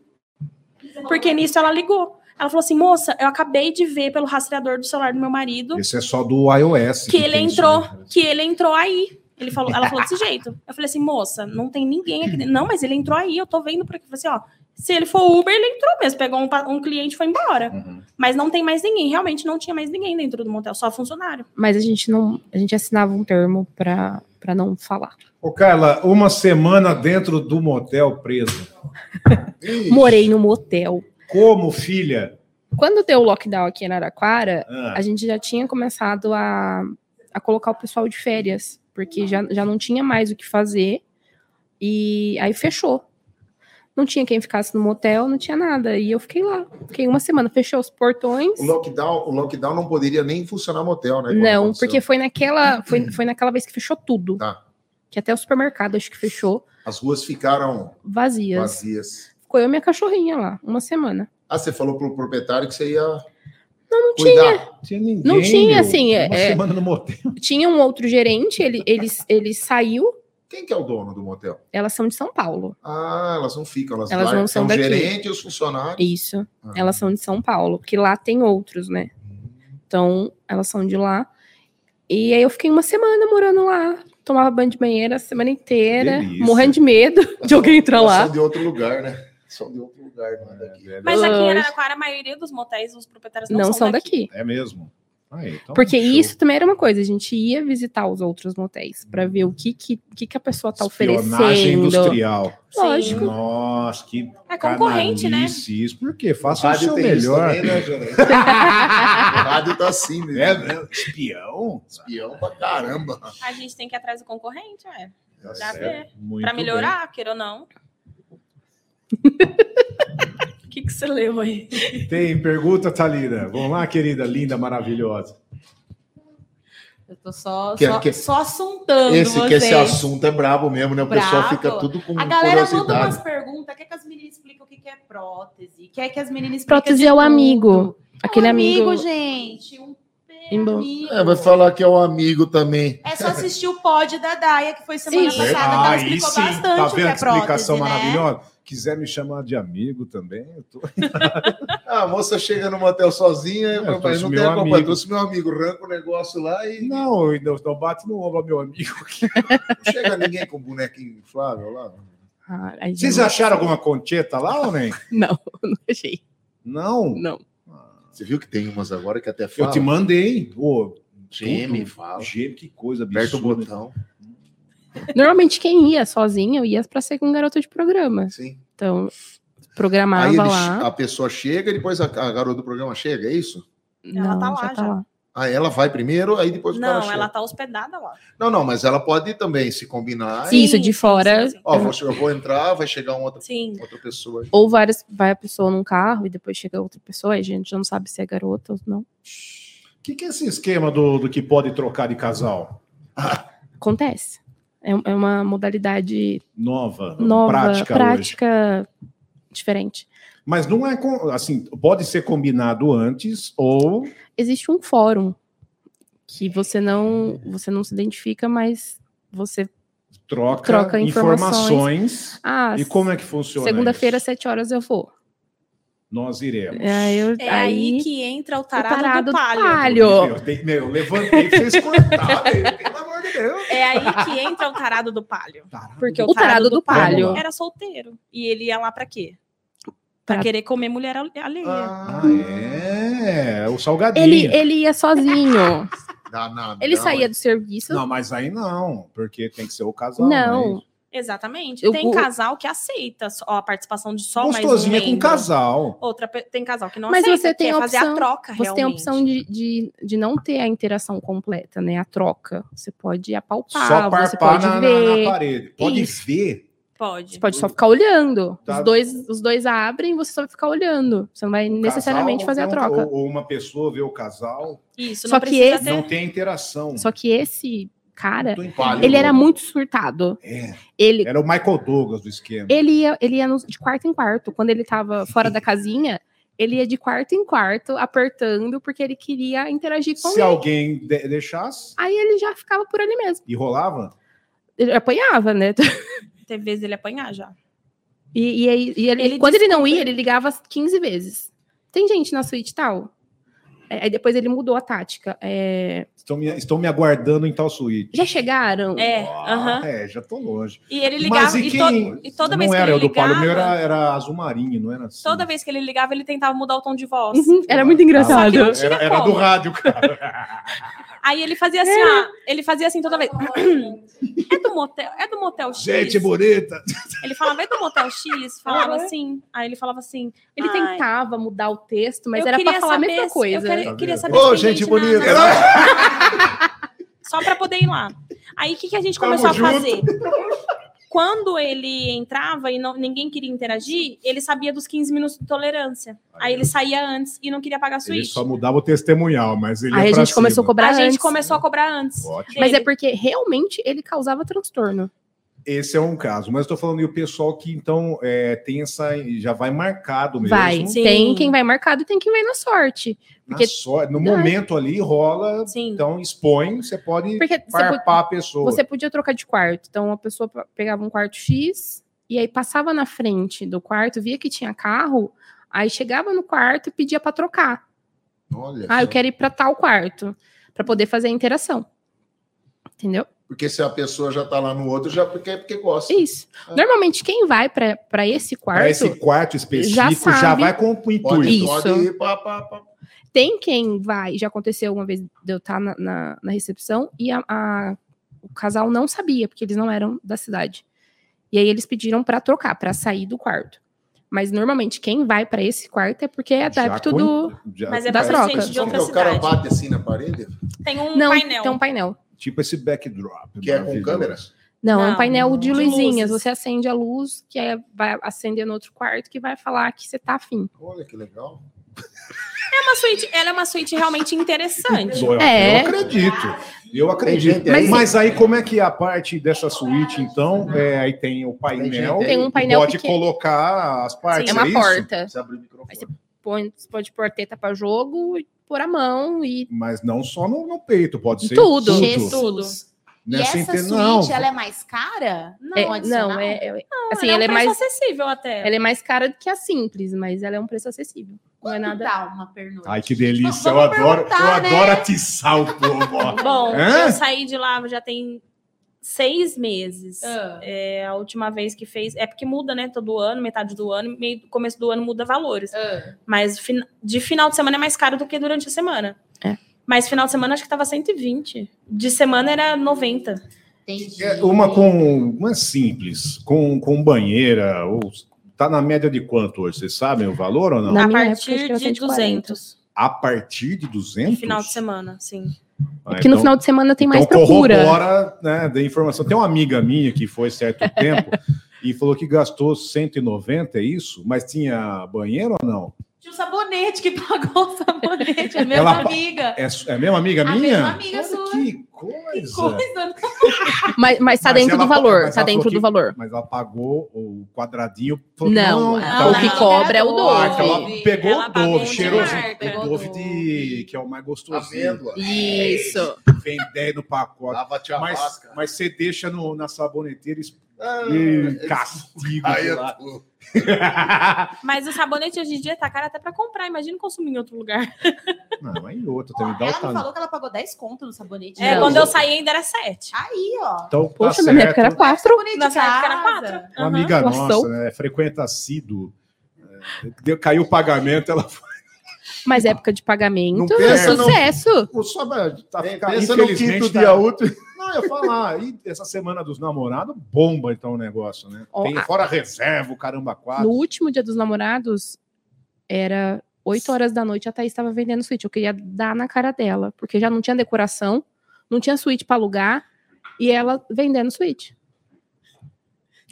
A: Porque nisso ela ligou. Ela falou assim, moça, eu acabei de ver pelo rastreador do celular do meu marido
B: Esse é só do iOS.
A: que ele
B: tem isso,
A: entrou,
B: né?
A: que ele entrou aí. Ele falou, ela falou desse jeito. Eu falei assim, moça, não tem ninguém aqui dentro. Não, mas ele entrou aí, eu tô vendo por aqui. Eu falei assim, ó, se ele for Uber, ele entrou mesmo, pegou um, pa- um cliente e foi embora.
B: Uhum.
A: Mas não tem mais ninguém, realmente não tinha mais ninguém dentro do motel, só funcionário.
D: Mas a gente não. A gente assinava um termo pra, pra não falar.
B: Ô, Carla, uma semana dentro do motel preso.
C: é, Ixi.
D: Morei num motel.
B: Como, filha?
D: Quando deu o lockdown aqui em Araraquara,
B: Ah,
D: a gente já tinha começado a, a colocar o pessoal de férias, porque já, já não tinha mais o que fazer. E aí fechou. Não tinha quem ficasse no motel, não tinha nada. E eu fiquei lá. Fiquei uma semana, fechou os portões.
C: O lockdown, o lockdown não poderia nem funcionar motel, né? quando
D: Não,
C: aconteceu.
D: porque foi naquela, foi, foi naquela vez que fechou tudo.
C: Tá.
D: Que até o supermercado acho que fechou.
C: As ruas ficaram
D: Vazias.
C: vazias.
D: Ficou eu e minha cachorrinha lá, uma semana.
C: Ah, você falou pro proprietário que você ia
D: Não, não tinha.
C: cuidar.
B: tinha ninguém.
D: Não tinha,
B: meu.
D: assim,
B: Uma
D: é-
B: semana no motel.
D: Tinha um outro gerente, ele, ele, ele saiu.
C: Quem que é o dono do motel?
D: Elas são de São Paulo.
C: Ah, elas não ficam, elas,
D: Elas não
C: largam.
D: são
C: é o
D: daqui.
C: gerente e os funcionários.
D: Isso.
C: Ah.
D: Elas são de São Paulo, porque lá tem outros, né? Então, elas são de lá. E aí eu fiquei uma semana morando lá. Tomava banho de banheira a semana inteira,
B: Delícia.
D: morrendo de medo de alguém entrar
C: Elas
D: lá.
C: São de outro lugar, né? São de outro lugar, não é daqui.
A: Mas aqui em
D: Ai.
A: Araraquara, a maioria dos motéis, os proprietários não,
D: Não são daqui.
B: É mesmo. Aí, então,
D: Porque
B: show.
D: isso também era uma coisa, a gente ia visitar os outros motéis para ver o que, que, o que, que a pessoa tá
B: Espionagem
D: oferecendo. Tipo,
B: industrial.
A: Lógico.
B: Nossa, que
A: É concorrente, né?
B: canalice Isso. Por quê? Faça o
C: Rádio
B: seu
C: tem isso
B: melhor.
C: também, né, Júnior? O rádio tá assim, né?
B: É, tá né? espião?
C: Espião pra caramba.
A: A gente tem que ir atrás do concorrente, ué.
C: Tá
A: Dá
C: certo.
A: pra,
B: Muito
A: pra melhorar, queira ou não. O que, que você leu aí?
B: bem. Tem pergunta, Thalina? Vamos lá, querida, linda, maravilhosa.
E: Eu tô só,
C: Que-
E: só,
C: que-
E: só assuntando
C: Esse,
E: vocês.
C: que esse assunto é brabo mesmo, né? O pessoal
E: Brabo.
C: fica tudo com
E: A galera manda
C: curiosidade.
E: umas perguntas, quer que as meninas expliquem o que que é prótese, quer que as meninas expliquem
D: Prótese
E: de
D: é o
E: tudo.
D: amigo. Aquele
E: um
D: amigo.
E: gente. Um pé
D: Em bo-
E: amigo.
C: É, vai falar que é um amigo também.
E: É só assistir o pod da Daia, que foi semana
D: Sim.
E: passada, que ela explicou bastante
B: tá
E: o que
B: vendo
E: é
B: a explicação
E: prótese, né?
B: maravilhosa? Quiser me chamar de amigo também, eu tô...
C: Ah, a moça chega no motel sozinha, eu
B: eu
C: falo,
B: trouxe
C: não
B: meu
C: tem a culpa,
B: amigo.
C: eu É, trouxe meu amigo, arranca o negócio lá e
B: Não, eu não bate no ombro, meu amigo.
C: não chega ninguém com bonequinho inflável lá.
D: Ah, aí já
B: Vocês
D: não-
B: acharam alguma concheta lá ou nem?
D: Não, não achei.
B: Não.
D: Não.
C: Você viu que tem umas agora que até
B: Eu
C: fala.
B: te mandei. Ô,
C: Geme,
B: tudo.
C: fala.
B: Geme, que coisa
C: Aperta o
B: absurda.
C: botão.
D: Normalmente quem ia sozinho ia para ser com um garoto de programa.
C: Sim.
D: Então,
C: Aí
D: programava
C: ele-
D: lá.
C: a pessoa chega e depois a, a garota do programa chega, é isso?
A: Ela tá lá já.
C: Ah, ela vai primeiro, aí depois o cara
A: Não,
C: chega.
A: ela tá hospedada lá.
C: Não, não, mas ela pode também se combinar.
D: Sim. Isso, de fora-
A: Sim, sim.
C: Ó, vou- eu vou entrar, vai chegar uma outra,
A: Sim.
C: outra pessoa.
D: Ou várias, vai a pessoa num carro e depois chega outra pessoa, e a gente já não sabe se é garota ou não.
B: O que, que é esse esquema do, do que pode trocar de casal?
D: Acontece. É, um- é uma modalidade
B: Nova,
D: nova,
B: prática,
D: prática,
B: hoje.
D: diferente.
B: Mas não é com- assim, pode ser combinado antes ou
D: Existe um fórum que você não, você não se identifica, mas você.
B: troca,
D: Troca
B: informações.
D: informações. Ah,
B: E como é que funciona?
D: segunda-feira,
B: isso?
D: sete horas eu vou.
B: nós iremos.
D: É, eu-
A: É aí,
D: aí-
A: que entra o
D: o
A: tarado, do palho.
D: palho.
B: Meu, tem- meu, eu levantei pra vocês cortarem, pelo amor de Deus.
A: É aí que entra o tarado do palho. Porque
D: O tarado do palho.
A: era solteiro. E ele ia lá pra quê? Pra
D: Pra-
A: querer comer mulher ale- alheia.
B: Ah,
C: Ah,
B: é. O salgadinho.
D: Hum. Ele, ele ia sozinho.
C: danado.
D: Ele saía do serviço.
B: Não, mas aí não, porque tem que ser o casal.
D: Não.
B: né?
A: Exatamente.
D: Eu-
A: tem
D: o-
A: casal que aceita só a participação de só mais um
B: Gostosinha com
A: membro.
B: casal.
A: Outra pe- tem casal que não
D: Mas
A: aceita,
D: você tem
A: quer
D: a
A: fazer a
D: opção-
A: troca
D: Você tem a
A: realmente.
D: opção de, de, de não ter a interação completa, né? A troca. Você pode apalpar,
B: Só parpar
D: você pode
B: na, na-
D: ver.
B: na parede. Pode
D: Isso.
B: ver.
A: Pode.
D: Você pode só ficar olhando.
B: Tá.
D: Os, dois, os dois abrem e você só vai ficar olhando. Você não vai necessariamente
B: Casal,
D: fazer a
B: ou-
D: troca.
B: é um Ou, ou uma pessoa vê o casal,
A: Isso,
D: Só
A: não
D: que
A: precisa
D: esse-
A: ter-
B: não tem interação.
D: Só que esse cara,
B: Tô entendendo.
D: ele era muito surtado.
B: É,
D: Ele,
B: era o Michael Douglas do esquema.
D: ele ia, ele ia nos- de quarto em quarto. Quando ele tava fora da casinha, ele ia de quarto em quarto, apertando, porque ele queria interagir com
B: Se
D: alguém.
B: alguém de- deixasse
D: Aí ele já ficava por ali mesmo.
B: e rolava,
D: Ele apanhava, né?
A: Teve vezes ele apanhar já.
D: E, e aí, e ele-
A: Ele
D: quando ele não ia, ele ligava 15 vezes. Tem gente na suíte tal? É, Aí depois ele mudou a tática. É,
B: estão me, estão me aguardando em tal suíte.
D: já chegaram?
A: É,
B: Ah,
A: aham.
B: é, já tô longe.
A: E ele ligava e, to- e toda
B: não
A: vez que
B: era
A: ele
B: eu do Paulo, o
A: ligava,
B: meu era, era azul marinho, não era assim.
A: toda vez que ele ligava, ele tentava mudar o tom de voz.
D: Uhum, era muito
A: Só que não
D: engraçado.
A: tinha
B: era, era do
A: como.
B: rádio, cara.
A: Aí ele fazia assim, ó, ele fazia assim toda vez. É do motel, é do motel X.
B: Gente bonita.
A: Ele falava, é do motel X, falava assim. Aí ele falava assim.
D: Ele
A: ai,
D: tentava mudar o texto, mas
A: eu
D: era pra
A: queria
D: falar a
A: saber
D: mesma
A: se-
D: coisa. né?
A: Eu queria,
B: Tá
A: queria
B: vendo?
A: saber
C: Ô,
A: se tem
C: gente
A: na-
C: bonita!
A: na- só pra poder ir lá. Aí o que, que a gente
B: Tamo
A: começou a
B: junto.
A: fazer? quando ele entrava e não- ninguém queria interagir, ele sabia dos 15 minutos de tolerância. Aí ele saía antes e não queria pagar a
B: Ele
A: suíte.
B: só mudava o testemunhal, mas ele
D: Aí
B: ia
D: a
B: pra
D: gente começou a
B: cima.
D: cobrar
A: a gente
D: antes.
A: começou a cobrar antes.
B: Ótimo.
D: Mas é
A: dele.
D: porque realmente ele causava transtorno.
B: Esse é um caso. Mas estou falando, e o pessoal que então é, tem essa. Já vai marcado mesmo.
D: Vai.
A: Sim.
D: Tem quem vai marcado e tem quem vai na sorte.
B: na
D: porque-
B: sorte. no
D: Não. é.
B: momento ali rola.
A: Sim.
B: Então expõe, você pode
D: Porque você po-
B: parpar a pessoa.
D: você podia trocar de quarto. Então a pessoa pa- pegava um quarto X e aí passava na frente do quarto, via que tinha carro, aí chegava no quarto e pedia pra trocar.
C: Olha. né?
D: Ah, eu
C: só.
D: quero ir pra tal quarto Pra poder fazer a interação. Entendeu? É
C: Porque se a pessoa já tá lá no outro, já porque, porque gosta.
D: Isso. Normalmente quem vai pra pra esse quarto
B: Ah. Pra esse quarto específico
D: já
B: já,
D: sabe.
B: vai com o intuito.
C: Pode,
D: Isso.
C: pode ir pra, pra, pra-
D: Tem quem vai, já aconteceu uma vez de eu estar na, na- na recepção e a- a- o casal não sabia, porque eles não eram da cidade. E aí eles pediram pra trocar, pra sair do quarto. Mas normalmente quem vai pra esse quarto é porque é
B: Já
D: adepto
B: com- Então,
D: do.
B: já-
A: Mas é
D: Da
A: pra
D: troca.
A: gente de
C: Só que
A: outra
C: o cara
A: cidade.
C: bate assim na parede,
A: Tem um
D: não,
A: painel.
D: tem um painel.
B: Tipo esse backdrop.
C: que é com
B: maravilhoso.
C: câmeras.
D: Não, é um
A: Não,
D: painel de
A: de
D: luzinhas.
A: luzes.
D: Você acende a luz, que é- vai acender no outro quarto, que vai falar que você tá afim.
C: Olha que legal.
A: É uma suíte, ela é uma suíte realmente interessante.
B: Eu,
D: É.
B: eu acredito. Eu acredito.
C: Tem gente
B: Mas,
C: aí.
B: aí, como é que é a parte dessa suíte, então? É, aí tem o painel.
C: Tem
D: Tem um painel
B: É, Pode
D: pequeno.
B: colocar as partes.
D: É uma
B: isso?
D: porta.
C: Você abre o
D: Aí você
C: microfone.
D: põe, você pode pôr teta pra jogo, e pôr a mão e
B: Mas não só no, no peito, pode ser. em
D: Tudo.
B: Tudo.
D: Jesus.
A: Tudo.
E: E
B: Nessa
E: essa
B: inte-
E: suíte,
B: não.
E: ela é mais cara? Não,
D: É,
E: adicional?
D: não, é, é-
A: Não,
D: assim,
A: é um
D: ela é
A: preço
D: mais
A: acessível até.
D: Ela é mais cara do que a simples, mas ela é um preço acessível. Não é
E: Quanto
D: nada.
E: dá uma pernoite?
B: Ai, que delícia. Eu
E: Vamos
B: adoro, eu
E: perguntar, né?
B: adoro atiçar o povo. ó.
A: Bom,
B: Hã?
A: eu saí de lá já tem seis meses.
E: Ah.
A: É, a última vez que fez. É porque muda, né? Todo ano, metade do ano, meio do começo do ano muda valores.
E: Ah.
A: Mas fin- de final de semana é mais caro do que durante a semana.
D: É.
A: Mas final de semana acho que tava 120. De semana era 90.
E: Entendi.
B: É, uma com uma simples, com, com banheira. Ou, tá na média de quanto hoje? Vocês sabem o valor ou não? Ah,
D: Na
A: a
D: minha
A: partir
D: época, acho que era
A: de
D: 140.
A: 200.
B: A partir de 200?
A: De final de semana, sim.
B: Ah,
D: Porque no
B: então-
D: final de semana tem mais
B: então
D: procura.
B: corrobora né, da informação. Tem uma amiga minha que foi certo tempo e falou que gastou 190, é isso? Mas tinha banheiro ou não?
E: Tinha um sabonete que pagou o sabonete, a mesma
B: Ela pa-
E: amiga.
B: É, su- é a mesma amiga
E: A
B: minha?
E: mesma amiga
B: Olha
E: sua.
B: Que coisa!
E: Que coisa.
D: Mas, mas tá
B: Mas
D: dentro
B: ela-
D: do valor.
B: mas
D: Tá
B: ela
D: dentro
B: falou
D: do
B: que-
D: valor.
B: Mas ela pagou o quadradinho. falou,
D: Não,
B: tá
D: o
B: bom.
D: que
E: ela
D: cobra é o
E: pagou.
D: dobro.
B: Ah, que ela pegou
A: Ela
B: o
A: pagou
B: Dove,
A: de
B: cheiroso.
E: marca,
B: O
E: pegou
B: Dove
E: o
B: de, que é o mais
C: Tá
B: gostosinho.
C: Amêndoa.
D: Isso.
B: Vem 10 no pacote.
C: Lava-te a
B: Mas,
C: vasca.
B: mas você deixa no, na saboneteira e
C: Ah,
B: e
C: é-
B: castigo.
C: Aí
B: sei
C: é
B: lá.
C: tudo.
A: Mas o sabonete hoje em dia tá caro até pra comprar. Imagina consumir em outro lugar.
B: Não, aí outro também dá o
E: Ela me
B: tanto.
E: falou que ela pagou 10 conto no sabonete.
A: É,
D: Não.
A: quando eu saí ainda era 7.
D: Ah,
E: Aí, ó.
B: Então,
D: Poxa,
B: tá
D: na minha época
B: certo.
D: era quatro.
E: Bonito
A: Nossa época era
E: casa.
B: Uma amiga
D: Aham.
B: nossa,
D: Passou.
B: né, frequenta assíduo. é, deu- Caiu o pagamento, ela
D: Mas época de pagamento,
C: Não pensa, não.
D: sucesso.
B: ficou só pra- tá
C: É,
B: ficar-
C: pensa no
B: infelizmente,
C: quinto
B: tá-
C: dia útil.
B: Não, eu ia falar, e essa semana dos namorados, bomba então o negócio, né?
D: Ó,
B: Tem
D: a-
B: fora reserva, o caramba
D: No
B: quatro.
D: último dia dos namorados, era 8 horas da noite, a Thaís estava vendendo suíte. Eu queria dar na cara dela, porque já não tinha decoração, não tinha suíte para alugar, e ela vendendo suíte.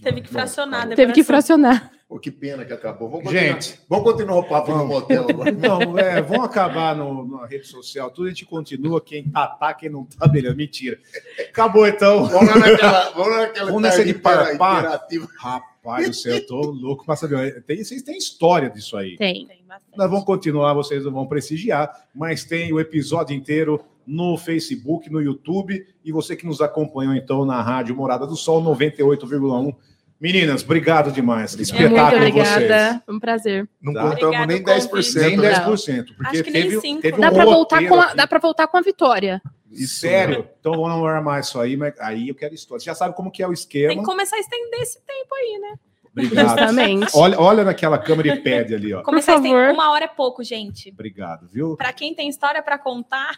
A: Teve que fracionar. a
D: Teve que né?
A: decoração.
D: fracionar.
C: Pô, que pena que acabou. Vamos
B: Gente.
C: continuar. vamos continuar o papo no
B: Vamos.
C: motel agora.
B: Não, é, vão acabar no, na rede social, tudo a gente continua, quem tá, tá, quem não tá, beleza, mentira. Acabou então.
C: Vamos lá naquela. Vamos naquela
B: Vamos nessa de
C: tarde intera-
B: parpar.
C: interativa.
B: Rapaz do céu, eu tô louco pra saber. Tem, vocês têm história disso aí.
D: Tem.
A: Tem bastante.
B: Nós vamos continuar, vocês não vão prestigiar, mas tem o episódio inteiro no Facebook, no YouTube e você que nos acompanhou então na Rádio Morada do Sol 98,1. Meninas, obrigado demais. Que
D: É, muito
B: espetáculo vocês.
D: obrigada. Foi um prazer.
C: Não
B: Tá.
C: contamos
A: Obrigada,
C: nem
A: o
C: 10%.
A: Certo,
B: Nem
C: né?
D: convite.
B: 10%, porque
A: Acho que nem
B: teve,
A: cinco,
B: teve um
A: né?
D: Dá pra, voltar
B: roteiro
D: com a,
B: aqui.
D: dá pra voltar com a vitória.
C: Isso,
B: Sério? Então vamos namorar mais isso aí, mas aí eu quero história. Você já sabe como que é o
A: Tem
B: esquema.
A: que começar a estender esse tempo aí, né?
B: Obrigado.
D: Justamente.
B: Olha, olha naquela câmera e pede ali, ó.
A: Começar a estender.
D: favor.
A: Uma hora é pouco, gente.
B: Obrigado, viu?
A: Pra quem tem história pra contar,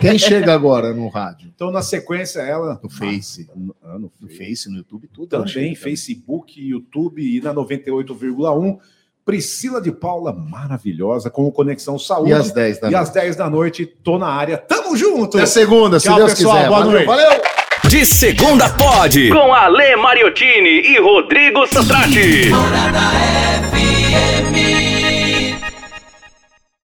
C: Quem chega agora no rádio?
B: Então, na sequência, ela.
C: No Face.
B: Ah, no
C: No Face, no YouTube, tudo. né? ela
B: também
C: chega.
B: Facebook, YouTube e na 98,1. Priscila de Paula, maravilhosa, com o Conexão Saúde.
C: E às né? 10 da
B: E
C: noite.
B: às 10 da noite, tô na área. Tamo junto!
C: Até segunda, se
B: Tchau,
C: Deus
B: pessoal,
C: quiser.
B: boa
C: Valeu,
B: noite.
C: Valeu!
H: De segunda pode.
I: Com Ale Mariottini e Rodrigo Satrati.
H: Morada é